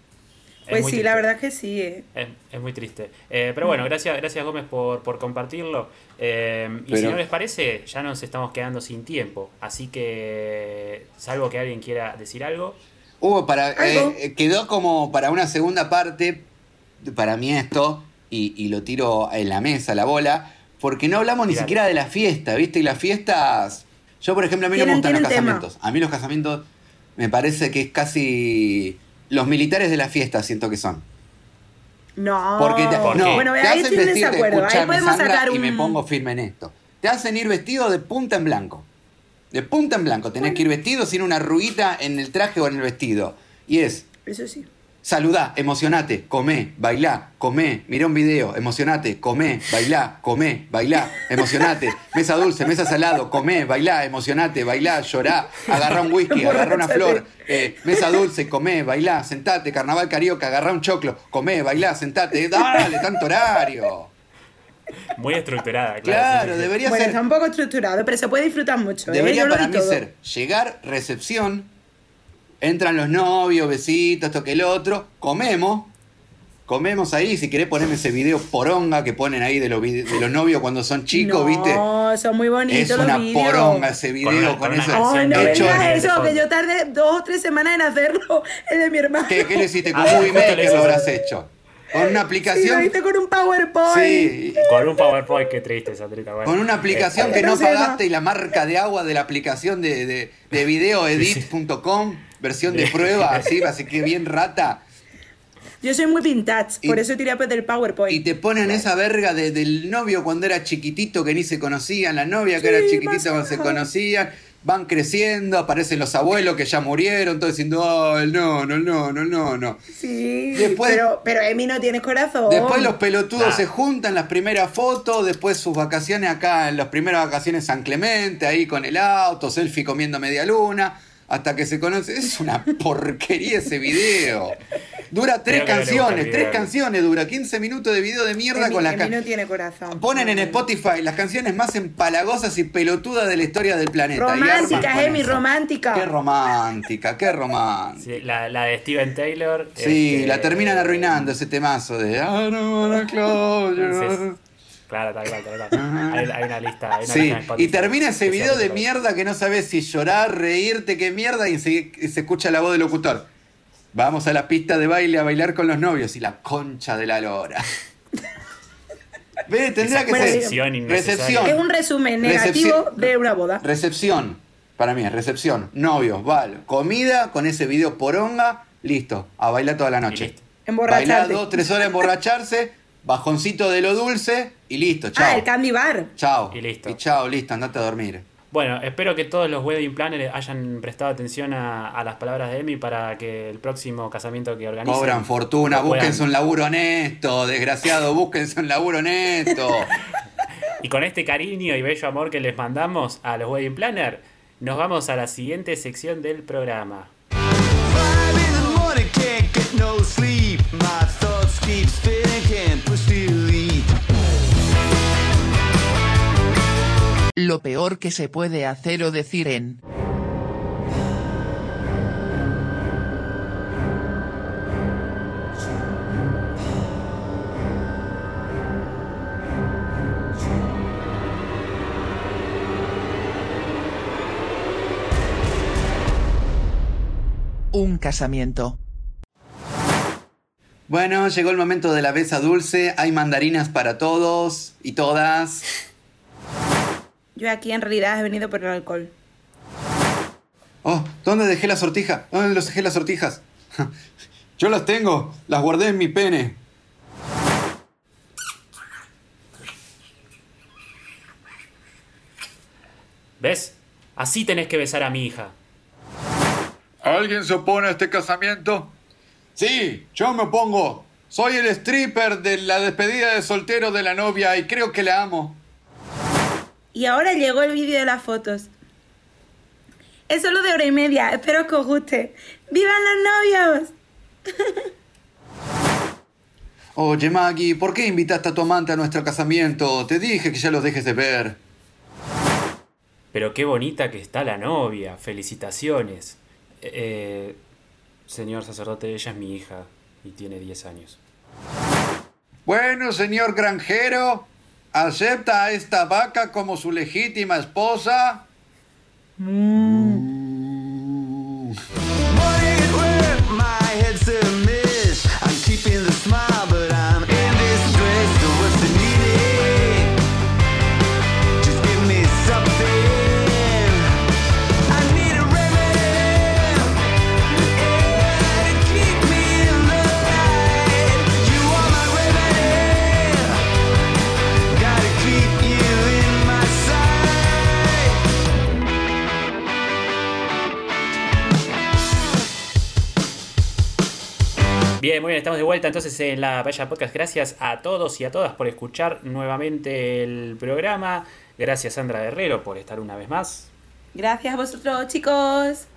Speaker 2: Es
Speaker 1: Pues sí,
Speaker 2: muy
Speaker 1: la
Speaker 2: triste.
Speaker 1: verdad es que sí. eh.
Speaker 2: Es, es muy triste. Eh, pero bueno, gracias, gracias Gómez por, por compartirlo. Eh, y si
Speaker 3: Pero-
Speaker 2: no les parece, ya nos estamos quedando sin tiempo. Así que, salvo que alguien quiera decir algo,
Speaker 4: Hubo para,
Speaker 1: Algo.
Speaker 4: eh, quedó como para una segunda parte, para mí esto, y, y lo tiro en la mesa, la bola, porque no hablamos ni
Speaker 2: Tiralo.
Speaker 4: siquiera de la fiesta, ¿viste? Y las fiestas, yo por ejemplo, a mí no me
Speaker 1: Tienen-
Speaker 4: gustan los
Speaker 1: tienen tema.
Speaker 4: casamientos. A mí los casamientos me parece que es casi los militares de la fiesta, siento que son.
Speaker 1: No.
Speaker 4: Porque te,
Speaker 2: ¿Por
Speaker 4: no,
Speaker 2: qué?
Speaker 1: Oh. bueno,
Speaker 4: te
Speaker 1: ahí
Speaker 4: hacen
Speaker 1: estoy en
Speaker 4: vestir,
Speaker 1: desacuerdo. Ahí
Speaker 4: escuchame,
Speaker 1: podemos
Speaker 4: Sandra,
Speaker 1: sacar un.
Speaker 4: y me pongo firme en esto. Te hacen ir vestido de punta en blanco. De punta en blanco. Tenés que ir vestido sin una arruguita en el traje o en el vestido. Y es,
Speaker 1: Eso sí.
Speaker 4: saludá, emocionate, comé, bailá, comé, mirá un video, emocionate, comé, bailá, comé, bailá, emocionate. Mesa dulce, mesa salado, comé, bailá, emocionate, bailá, llorá, agarrá un whisky, agarrá una flor, eh, mesa dulce, comé, bailá, sentate, carnaval carioca, agarrá un choclo, comé, bailá, sentate, dale, tanto horario.
Speaker 2: muy estructurada. Claro,
Speaker 4: Claro,
Speaker 2: sí, sí, sí.
Speaker 4: debería
Speaker 1: Bueno,
Speaker 4: ser.
Speaker 1: está un poco estructurado, pero se puede disfrutar mucho. ¿eh?
Speaker 4: Debería
Speaker 1: Yo lo
Speaker 4: para
Speaker 1: vi
Speaker 4: mí
Speaker 1: todo.
Speaker 4: ser llegar, recepción,
Speaker 3: Entran los novios, besitos, esto que el otro. Comemos. Comemos ahí. Si querés ponerme ese video poronga que ponen ahí de los, vide- de los novios cuando son chicos,
Speaker 1: no,
Speaker 3: ¿viste?
Speaker 1: son muy bonitos
Speaker 3: Es
Speaker 1: los
Speaker 3: una
Speaker 1: vídeos.
Speaker 3: poronga ese
Speaker 2: Con una-
Speaker 3: video
Speaker 2: con
Speaker 3: con,
Speaker 2: una
Speaker 3: eso.
Speaker 1: Oh, no
Speaker 2: De hecho,
Speaker 1: vengas
Speaker 2: en el
Speaker 1: eso,
Speaker 2: fondo.
Speaker 1: que yo tardé dos o tres semanas en hacerlo, el de mi hermano.
Speaker 3: ¿Qué, qué lo hiciste con
Speaker 2: Ah,
Speaker 3: Movie
Speaker 2: justo lo
Speaker 3: Maker?
Speaker 2: hice.
Speaker 3: Lo habrás hecho. Con una
Speaker 1: Sí, lo
Speaker 3: aplicación.
Speaker 1: hice con un PowerPoint.
Speaker 3: Sí,
Speaker 2: Con un PowerPoint, qué triste esa trita. bueno.
Speaker 3: con una aplicación
Speaker 2: Eh,
Speaker 3: que no
Speaker 1: Entonces,
Speaker 3: pagaste y la marca de agua de la aplicación de, de, de videoedit.com, versión de prueba, así, así que bien rata.
Speaker 1: Yo soy muy vintage, por
Speaker 3: Y-
Speaker 1: eso tiré pues, del
Speaker 3: Y
Speaker 1: PowerPoint.
Speaker 3: te ponen esa verga de- del novio cuando era chiquitito que ni se conocían, la novia que
Speaker 1: Sí,
Speaker 3: era chiquitita
Speaker 1: pasa.
Speaker 3: cuando se conocían, van creciendo, aparecen los abuelos que ya murieron, todo diciendo, "Ay, no, no, no, no, no, no.
Speaker 1: Sí,
Speaker 3: Después-
Speaker 1: pero, pero Emi no tienes corazón.
Speaker 3: Después los pelotudos
Speaker 2: Ah.
Speaker 3: se juntan, las primeras fotos, después sus vacaciones acá, en las primeras vacaciones San Clemente, ahí con el auto, selfie comiendo media luna, hasta que se conoce. Es una porquería ese video. Dura tres
Speaker 2: Creo que no le gusta el
Speaker 3: canciones,
Speaker 2: video,
Speaker 3: tres
Speaker 2: Ale.
Speaker 3: canciones, dura 15 minutos de video de mierda
Speaker 1: Emi,
Speaker 3: con las
Speaker 1: Emi no
Speaker 3: canciones.
Speaker 1: tiene corazón.
Speaker 3: Ponen en Spotify las canciones más empalagosas y pelotudas de la historia del planeta. y arman
Speaker 1: Románticas,
Speaker 3: con
Speaker 1: Emi,
Speaker 3: eso.
Speaker 1: romántica.
Speaker 3: Qué romántica, qué romántica.
Speaker 2: sí, la, la de Steven Taylor.
Speaker 3: Sí,
Speaker 2: este,
Speaker 3: la terminan arruinando ese temazo de I don't wanna close
Speaker 2: Entonces,
Speaker 3: you".
Speaker 2: claro, tal cual, tal cual. Hay, hay una lista. Hay una
Speaker 3: Sí,
Speaker 2: lista en Spotify
Speaker 3: y termina ese
Speaker 2: que
Speaker 3: video
Speaker 2: se
Speaker 3: de
Speaker 2: hace
Speaker 3: mierda que no sabes si llorar, reírte, qué mierda, y se, y se escucha la voz del locutor. Vamos a la pista de baile a bailar con los novios y la concha de la lora. Ve, tendría
Speaker 2: Esa
Speaker 3: que ser.
Speaker 2: conexión innecesaria.
Speaker 3: Recepción.
Speaker 1: Es un resumen negativo
Speaker 3: Recepción.
Speaker 1: de una boda.
Speaker 3: Recepción, para mí es recepción. Novios, val, comida, con ese video poronga, listo, a bailar toda la
Speaker 2: Y
Speaker 3: noche.
Speaker 2: listo.
Speaker 1: Emborracharte.
Speaker 3: Bailar dos, tres horas, emborracharse, bajoncito de lo dulce y listo,
Speaker 1: Ah,
Speaker 3: chao.
Speaker 1: el candy bar.
Speaker 3: Chao.
Speaker 2: Y listo.
Speaker 3: Y chao, listo, andate a dormir.
Speaker 2: Bueno, espero que todos los wedding planners hayan prestado atención a, a las palabras de Emi para que el próximo casamiento que organicen.
Speaker 3: Cobran fortuna,
Speaker 2: lo puedan-
Speaker 3: búsquense un laburo honesto, desgraciado, búsquense un laburo honesto.
Speaker 2: Y con este cariño y bello amor que les mandamos a los wedding planners, nos vamos a la siguiente sección del programa.
Speaker 5: Five in the morning, can't get no sleep. My thoughts keep spinning, can't push the lead.
Speaker 6: Lo peor que se puede hacer o decir en... Un casamiento.
Speaker 3: Bueno, llegó el momento de la besa dulce, hay mandarinas para todos y todas.
Speaker 1: Yo aquí en realidad he venido por el alcohol.
Speaker 3: Oh, ¿dónde dejé la sortija? ¿Dónde los dejé las sortijas? Yo las tengo, las guardé en mi pene.
Speaker 2: ¿Ves? Así tenés que besar a mi hija.
Speaker 4: ¿Alguien se opone a este casamiento?
Speaker 3: Sí, yo me opongo. Soy el stripper de la despedida de soltero de la novia y creo que la amo.
Speaker 1: Y ahora llegó el vídeo de las fotos. Es solo de hora y media, espero que os guste. ¡Vivan los novios!
Speaker 3: Oye, Maggie, ¿por qué invitaste a tu amante a nuestro casamiento? Te dije que ya los dejes de ver.
Speaker 2: Pero qué bonita que está la novia. Felicitaciones. Eh, señor sacerdote, ella es mi hija y tiene 10 años.
Speaker 3: Bueno, señor granjero, ¿acepta a esta vaca como su legítima esposa?
Speaker 5: Morning at work, my head's a mess. I'm keeping the smile, but I'm in this dress. So what's the needed? Just give me something. I need a remedy. Yeah, to keep me in the light. You are my remedy. Gotta keep you in my sight.
Speaker 2: Bien, muy bien, estamos de vuelta entonces en la Bella Podcast. Gracias a todos y a todas por escuchar nuevamente el programa. Gracias Sandra Guerrero por estar una vez más.
Speaker 1: Gracias a vosotros, chicos.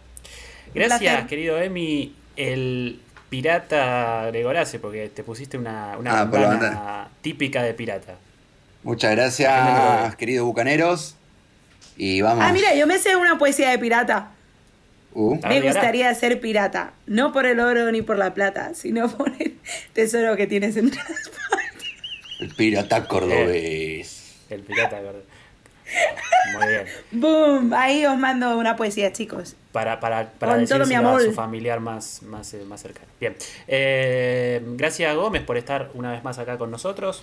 Speaker 2: Gracias,
Speaker 1: placer.
Speaker 2: querido Emi, el pirata Gregorace, porque te pusiste una, una
Speaker 3: Ah, por la
Speaker 2: bandana típica de pirata.
Speaker 3: Muchas
Speaker 2: Imagínate lo que
Speaker 3: gracias,
Speaker 2: es.
Speaker 3: queridos bucaneros. Y vamos.
Speaker 1: Ah, mira, yo me sé una poesía de pirata.
Speaker 5: Uh.
Speaker 2: Ah,
Speaker 1: Me
Speaker 2: mira.
Speaker 1: gustaría ser pirata, no por el oro ni por la plata, sino por el tesoro que tienes en
Speaker 5: El pirata cordobés.
Speaker 2: El pirata, gordo. Muy bien.
Speaker 1: ¡Boom! Ahí os mando una poesía, chicos.
Speaker 2: Para, para, para
Speaker 1: Con todo mi
Speaker 2: decírselo a
Speaker 1: amor.
Speaker 2: su familiar más, más, eh, más cercano. Bien. Eh, gracias a Gómez por estar una vez más acá con nosotros.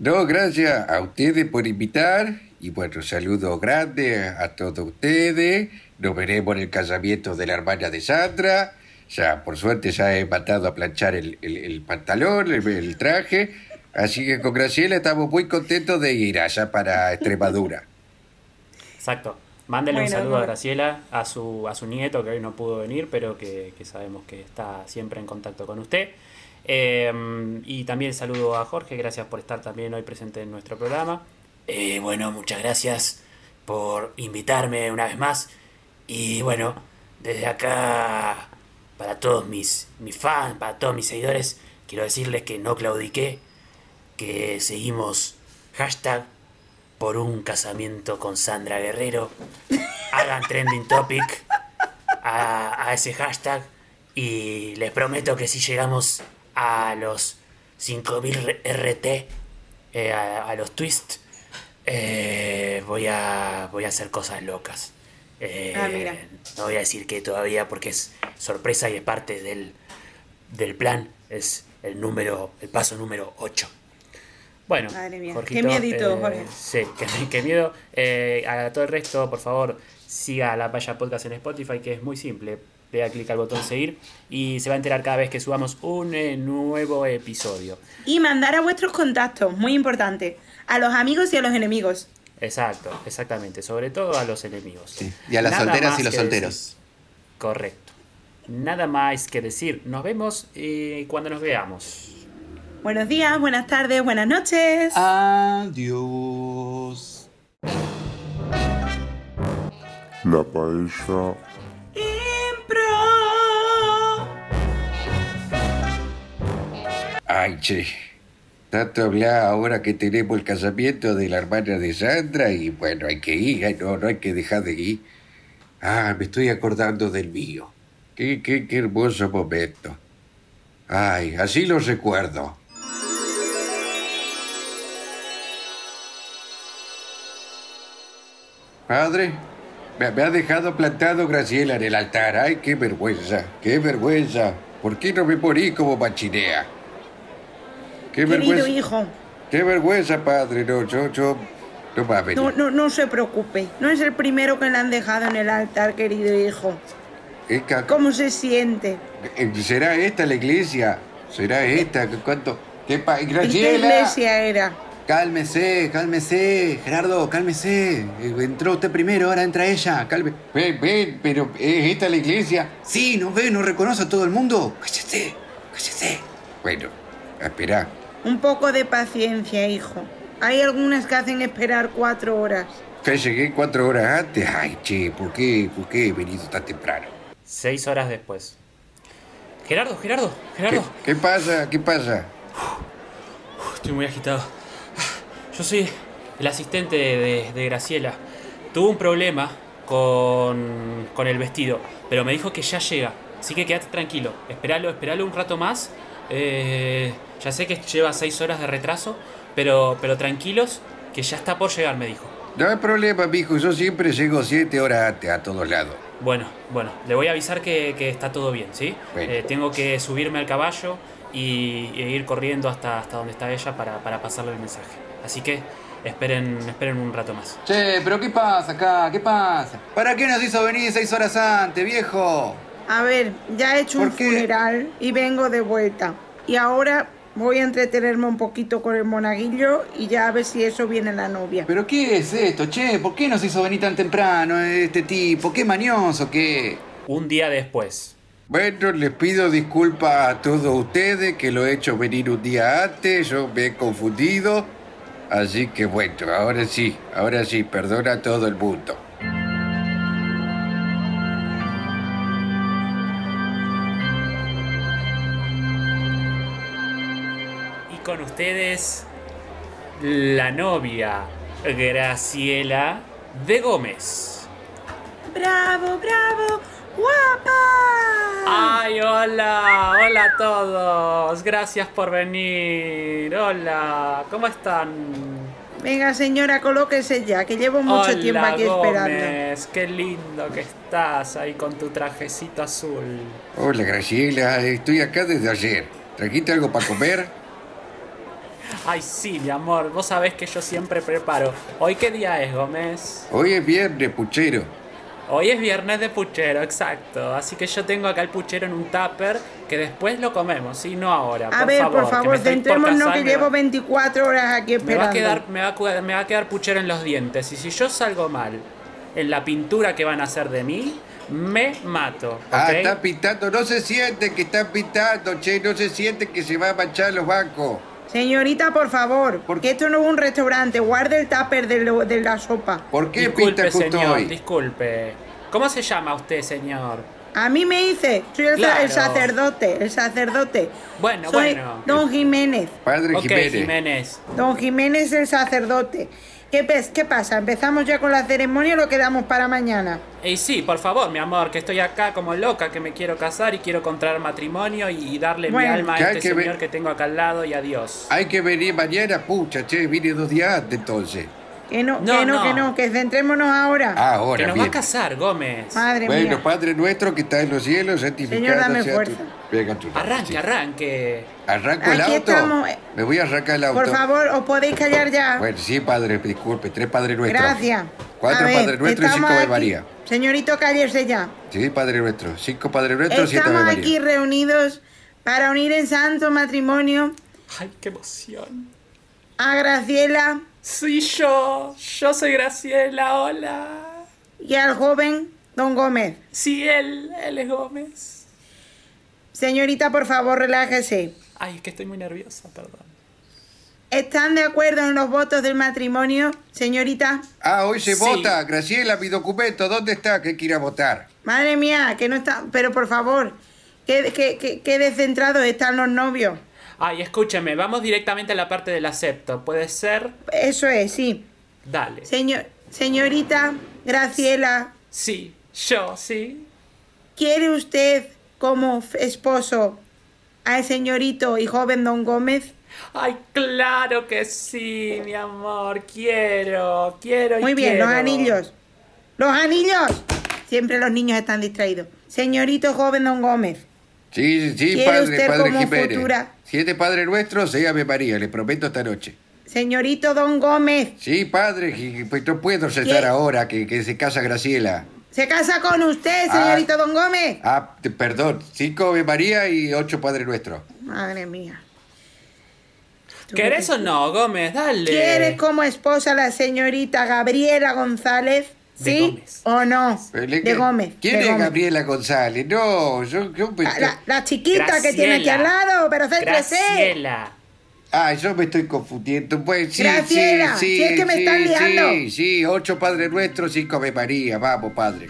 Speaker 3: No, gracias a ustedes por invitar y bueno, saludos grandes a todos ustedes. Nos veremos en el casamiento de la hermana de Sandra. Ya, por suerte, ya he matado a planchar el, el- el pantalón, el, el traje. Así que con Graciela estamos muy contentos de ir allá para Extremadura.
Speaker 2: Exacto. Mándele un
Speaker 1: Bueno,
Speaker 2: saludo a
Speaker 1: Gómez.
Speaker 2: Graciela, a su, a su nieto que hoy no pudo venir, pero que, que sabemos que está siempre en contacto con usted. Eh, y también saludo a Jorge, gracias por estar también hoy presente en nuestro programa. Eh, bueno, muchas gracias por invitarme una vez más. Y bueno, desde acá, para todos mis, mis fans, para todos mis seguidores, quiero decirles que no claudiqué, que seguimos hashtag por un casamiento con Sandra Guerrero. Hagan trending topic a, a ese hashtag y les prometo que si llegamos a los 5000 re- RT, eh, a, a los twists, eh, voy, a, voy a hacer cosas locas. Eh,
Speaker 1: Ah, mira.
Speaker 2: No voy a decir que todavía porque es sorpresa y es parte del, del plan. Es el número, el paso número 8. Bueno,
Speaker 1: Madre mía,
Speaker 2: Jorgito,
Speaker 1: qué miedito,
Speaker 2: eh,
Speaker 1: Jorge.
Speaker 2: Sí, qué, qué miedo. Eh, a todo el resto, por favor, siga a la Paya Podcast en Spotify, que es muy simple. Le da clic al botón seguir y se va a enterar cada vez que subamos un eh, nuevo episodio.
Speaker 1: Y mandar a vuestros contactos, muy importante. A los amigos y a los enemigos.
Speaker 2: Exacto, exactamente. Sobre todo a los enemigos.
Speaker 5: Sí. Y a las
Speaker 2: Nada
Speaker 5: solteras
Speaker 2: más
Speaker 5: y los
Speaker 2: que decir.
Speaker 5: solteros.
Speaker 2: Correcto. Nada más que decir. Nos vemos eh, cuando nos veamos.
Speaker 1: Buenos días, buenas tardes, buenas noches.
Speaker 3: Ah,
Speaker 5: Adiós.
Speaker 7: La paella
Speaker 1: Impro.
Speaker 3: Ay, che. Tanto hablar ahora que tenemos el casamiento de la hermana de Sandra y bueno, hay que ir, ay, no, no hay que dejar de ir. Ah, me estoy acordando del mío. Qué, qué, qué hermoso momento. Ay, así lo recuerdo. Padre, me, me ha dejado plantado Graciela en el altar. Ay, qué vergüenza, qué vergüenza. ¿Por qué no me morí como machinea? Qué
Speaker 1: Querido
Speaker 3: vergüenza.
Speaker 1: hijo,
Speaker 3: Qué vergüenza, padre. No, yo, yo. No mames.
Speaker 1: no, no, no se preocupe. No es el primero que le han dejado en el altar, querido hijo.
Speaker 3: Es que-
Speaker 1: ¿Cómo se siente?
Speaker 3: eh, ¿Será esta la iglesia? ¿Será esta? ¿Cuánto? ¿Qué pa-
Speaker 1: ¿En qué
Speaker 3: Graciela!
Speaker 1: iglesia era?
Speaker 5: Cálmese, cálmese, Gerardo, cálmese. Eh, Entró usted primero, ahora entra ella. Calme.
Speaker 3: Ven, ven, pero ¿es esta la iglesia?
Speaker 5: Sí, no ve, no reconoce a todo el mundo. Cállese, cállese.
Speaker 3: Bueno, espera.
Speaker 1: Un poco de paciencia, hijo. Hay algunas que hacen esperar cuatro horas.
Speaker 3: Que llegué cuatro horas antes. Ay, che, ¿por qué, por qué he venido tan temprano?
Speaker 2: Seis horas después. Gerardo, Gerardo, Gerardo.
Speaker 3: ¿Qué, qué pasa? ¿Qué pasa?
Speaker 2: Estoy muy agitado. Yo soy el asistente de, de Graciela. Tuvo un problema con, con el vestido, pero me dijo que ya llega. Así que quédate tranquilo. Esperalo, esperalo un rato más. Eh, ya sé que lleva seis horas de retraso, pero, pero tranquilos, que ya está por llegar, me dijo.
Speaker 3: No hay problema, mijo. Yo siempre llego siete horas antes a todos lados.
Speaker 2: Bueno, bueno, le voy a avisar que, que está todo bien, ¿sí?
Speaker 3: Bueno.
Speaker 2: Eh, tengo que subirme al caballo y, e ir corriendo hasta, hasta donde está ella para, para pasarle el mensaje. Así que esperen, esperen un rato más.
Speaker 5: Che, pero ¿qué pasa acá? ¿Qué pasa? ¿Para qué nos hizo venir seis horas antes, viejo?
Speaker 1: A ver, ya he hecho un
Speaker 5: ¿Por qué?
Speaker 1: funeral y vengo de vuelta. Y ahora voy a entretenerme un poquito con el monaguillo y ya a ver si eso viene la novia.
Speaker 5: ¿Pero qué es esto, che? ¿Por qué nos hizo venir tan temprano este tipo? ¿Qué mañoso qué?
Speaker 2: Un día después.
Speaker 3: Bueno, les pido disculpas a todos ustedes que lo he hecho venir un día antes, yo me he confundido. Así que bueno, ahora sí, ahora sí, perdona a todo el mundo.
Speaker 2: Y con ustedes, la novia Graciela de Gómez.
Speaker 1: bravo, bravo, guapa.
Speaker 2: ¡Ay, hola! ¡Hola a todos! Gracias por venir. Hola, ¿cómo están?
Speaker 1: Venga, señora, colóquese ya, que llevo mucho
Speaker 2: Hola,
Speaker 1: tiempo aquí esperando.
Speaker 2: Gómez, qué lindo que estás ahí con tu trajecito azul.
Speaker 3: Hola, Graciela, estoy acá desde ayer. ¿Trajiste algo para comer?
Speaker 2: Ay, sí, mi amor, vos sabés que yo siempre preparo. ¿Hoy qué día es, Gómez?
Speaker 3: Hoy es viernes, puchero.
Speaker 2: Hoy es viernes de puchero, exacto. Así que yo tengo acá el puchero en un tupper que después lo comemos, ¿sí? No ahora.
Speaker 1: A ver, por
Speaker 2: que me
Speaker 1: favor,
Speaker 2: estoy por
Speaker 1: centrémonos
Speaker 2: casar,
Speaker 1: que
Speaker 2: me va-
Speaker 1: llevo 24 horas aquí
Speaker 2: Me va, a
Speaker 1: esperando.
Speaker 2: quedar, me, va a, cu- me va a quedar puchero en los dientes. Y si yo salgo mal en la pintura que van a hacer de mí, me mato. ¿ok?
Speaker 3: Ah, está pintando. No se siente que está pintando, che. No se siente que se va a manchar los bancos.
Speaker 1: Señorita, por favor,
Speaker 3: ¿Por-
Speaker 1: porque esto no es un restaurante, guarde el tupper de, lo- de la sopa.
Speaker 3: ¿Por qué pinta
Speaker 2: disculpe,
Speaker 3: justo
Speaker 2: señor,
Speaker 3: hoy?
Speaker 2: disculpe. ¿Cómo se llama usted, señor?
Speaker 1: A mí me dice, soy el, sa- el
Speaker 2: Claro.
Speaker 1: sacerdote, el sacerdote.
Speaker 2: Bueno,
Speaker 1: soy
Speaker 2: bueno.
Speaker 1: Don Jiménez,
Speaker 3: Padre
Speaker 2: ok,
Speaker 3: Jiménez.
Speaker 2: Jiménez.
Speaker 1: don Jiménez el sacerdote. ¿Qué, pes- ¿Qué pasa? ¿Empezamos ya con la ceremonia o lo quedamos para mañana?
Speaker 2: Y Eh, sí, por favor, mi amor, que estoy acá como loca, que me quiero casar y quiero contraer matrimonio y, y darle
Speaker 1: Bueno.
Speaker 2: mi alma a
Speaker 3: Que hay
Speaker 2: este
Speaker 3: que ver- Ah,
Speaker 2: señor que tengo acá al lado y adiós.
Speaker 3: Hay que venir mañana, pucha, che. Vine dos días antes, entonces.
Speaker 1: Que no,
Speaker 2: No,
Speaker 1: que no,
Speaker 2: no.
Speaker 1: que no, que centrémonos ahora.
Speaker 3: Ahora,
Speaker 2: que nos va
Speaker 3: bien.
Speaker 2: a casar, Gómez.
Speaker 1: Madre
Speaker 3: Ah, Bueno, pues,
Speaker 1: mía.
Speaker 3: Padre nuestro que está en los cielos, santificado
Speaker 1: Señor, dame
Speaker 3: sea tu-
Speaker 1: fuerza.
Speaker 3: Venga tu nombre,
Speaker 2: Arranque,
Speaker 3: sí.
Speaker 2: arranque.
Speaker 3: ¿Arranco el
Speaker 1: Aquí
Speaker 3: auto?
Speaker 1: estamos, eh.
Speaker 3: Me voy a arrancar el auto.
Speaker 1: Por favor, os podéis callar ya.
Speaker 3: Bueno, sí, Padre, disculpe. Tres Padre nuestros.
Speaker 1: Gracias.
Speaker 3: Cuatro
Speaker 1: A ver,
Speaker 3: Padre nuestros y
Speaker 1: estamos
Speaker 3: cinco Ave
Speaker 1: aquí.
Speaker 3: María.
Speaker 1: Señorito, cállese ya.
Speaker 3: Sí, Padre nuestro. Cinco Padre nuestros, siete Ave
Speaker 1: Estamos
Speaker 3: María.
Speaker 1: aquí reunidos para unir en santo matrimonio
Speaker 2: Ay, qué emoción.
Speaker 1: a Graciela
Speaker 2: Sí, yo. Yo soy Graciela, hola.
Speaker 1: y al joven Don Gómez.
Speaker 2: Sí, él, él es Gómez.
Speaker 1: Señorita, por favor, relájese.
Speaker 2: Ay, es que estoy muy nerviosa, perdón.
Speaker 1: ¿Están de acuerdo en los votos del matrimonio, señorita?
Speaker 3: Ah, hoy se
Speaker 2: Sí.
Speaker 3: vota. Graciela, mi documento. ¿Dónde está? Que hay que ir a votar.
Speaker 1: Madre mía, que no está... Pero por favor, qué, qué- qué- qué descentrados están los novios.
Speaker 2: Ay, escúchame, vamos directamente a la parte del acepto. ¿Puede ser?
Speaker 1: Eso es, sí.
Speaker 2: Dale.
Speaker 1: Señor, señorita Graciela,
Speaker 2: Sí, yo, sí.
Speaker 1: ¿quiere usted como f- esposo al señorito y joven don Gómez?
Speaker 2: Ay, claro que sí, mi amor. Quiero, quiero. y
Speaker 1: Muy bien, los
Speaker 2: quiero.
Speaker 1: anillos. ¡Los anillos! Siempre los niños están distraídos. Señorito joven don Gómez,
Speaker 3: Sí, sí, sí,
Speaker 1: ¿Quiere
Speaker 3: Padre,
Speaker 1: usted
Speaker 3: Padre
Speaker 1: como
Speaker 3: Jiménez.
Speaker 1: futura?
Speaker 3: Siete Padre nuestros, seis Ave María. Les prometo esta noche.
Speaker 1: señorito don Gómez,
Speaker 3: Sí, Padre, ji- pues no puedo sentar
Speaker 1: ¿Qué?
Speaker 3: ahora que, que se casa Graciela.
Speaker 1: ¿se casa con usted, señorito
Speaker 3: Ah.
Speaker 1: don Gómez?
Speaker 3: Ah, te- perdón. Cinco Ave María y ocho Padre nuestro.
Speaker 1: Madre mía.
Speaker 2: ¿Querés o no, Gómez? Dale.
Speaker 1: ¿Quiere como esposa a la señorita Gabriela González?
Speaker 2: De
Speaker 1: ¿Sí
Speaker 2: Gómez.
Speaker 1: o no?
Speaker 3: Pero Eh, le-
Speaker 1: De Gómez.
Speaker 3: ¿Quién
Speaker 1: de
Speaker 3: es
Speaker 1: Gómez.
Speaker 3: Gabriela González? No, yo... yo me
Speaker 1: La,
Speaker 3: estoy-
Speaker 1: la- la chiquita que tiene aquí al lado, pero céntrese.
Speaker 2: Graciela.
Speaker 3: Ah, yo me estoy confundiendo. Pues sí,
Speaker 1: Graciela,
Speaker 3: sí, sí,
Speaker 1: si es que me
Speaker 3: sí,
Speaker 1: están liando.
Speaker 3: Sí, sí, ocho Padre nuestros, cinco Ave María. Vamos, Padre.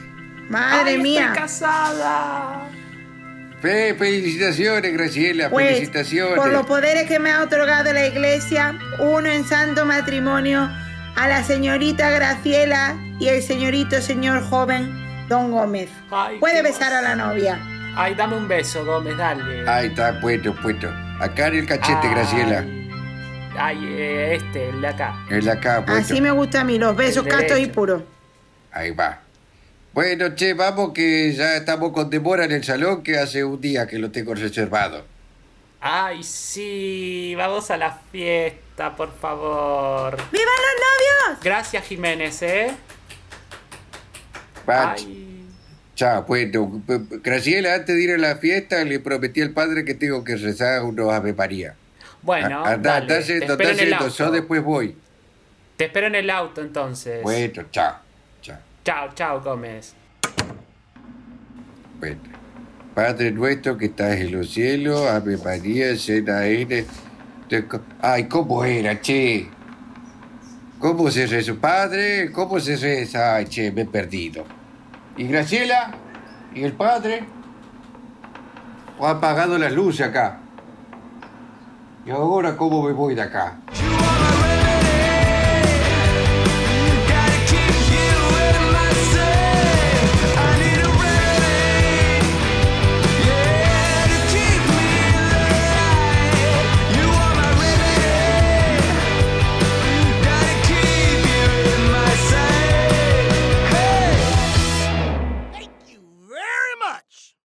Speaker 1: Madre
Speaker 2: Ay,
Speaker 1: mía.
Speaker 2: Estoy casada.
Speaker 3: Fe- felicitaciones, Graciela,
Speaker 1: Pues,
Speaker 3: felicitaciones.
Speaker 1: por los poderes que me ha otorgado la iglesia, uno en santo matrimonio a la señorita Graciela y el señorito señor joven Don Gómez.
Speaker 2: Ay,
Speaker 1: Puede
Speaker 2: qué
Speaker 1: besar a la novia.
Speaker 2: Ay, dame un beso, Gómez, dale.
Speaker 3: Ahí está, bueno, bueno. Acá en el cachete,
Speaker 1: Ah.
Speaker 2: Ay.
Speaker 3: Graciela.
Speaker 2: Ay, eh, este, el de acá.
Speaker 3: En la capa.
Speaker 1: Así Ah, me gusta a mí, los besos
Speaker 2: El
Speaker 1: castos y
Speaker 2: derecho.
Speaker 1: puros.
Speaker 3: Ahí va. Bueno, che, vamos que ya estamos con demora en el salón que hace un día que lo tengo reservado.
Speaker 2: Ay, sí, vamos a la fiesta, por favor.
Speaker 1: ¡Vivan los novios!
Speaker 2: Gracias, Jiménez, ¿eh?
Speaker 3: Va,
Speaker 2: Ay.
Speaker 3: Chao, bueno. p- p- Graciela, antes de ir a la fiesta, le prometí al padre que tengo que rezar unos Ave María.
Speaker 2: Bueno,
Speaker 3: Ah, anda,
Speaker 2: dale,
Speaker 3: anda
Speaker 2: te espero
Speaker 3: yendo, anda
Speaker 2: en el
Speaker 3: yendo, yo
Speaker 2: auto.
Speaker 3: después voy.
Speaker 2: Te espero en el auto, entonces.
Speaker 3: Bueno, chao, chao.
Speaker 2: Chao, chao, Gómez.
Speaker 3: Bueno. Padre nuestro que estás en los cielos, Ave María, llena eres. de co- Ay, ¿cómo era, che? ¿Cómo se reza? Padre, ¿cómo se reza? Ay, che, me he perdido. ¿Y Graciela? ¿Y el padre? ¿O ha apagado las luces acá? ¿Y ahora cómo me voy de acá?
Speaker 8: She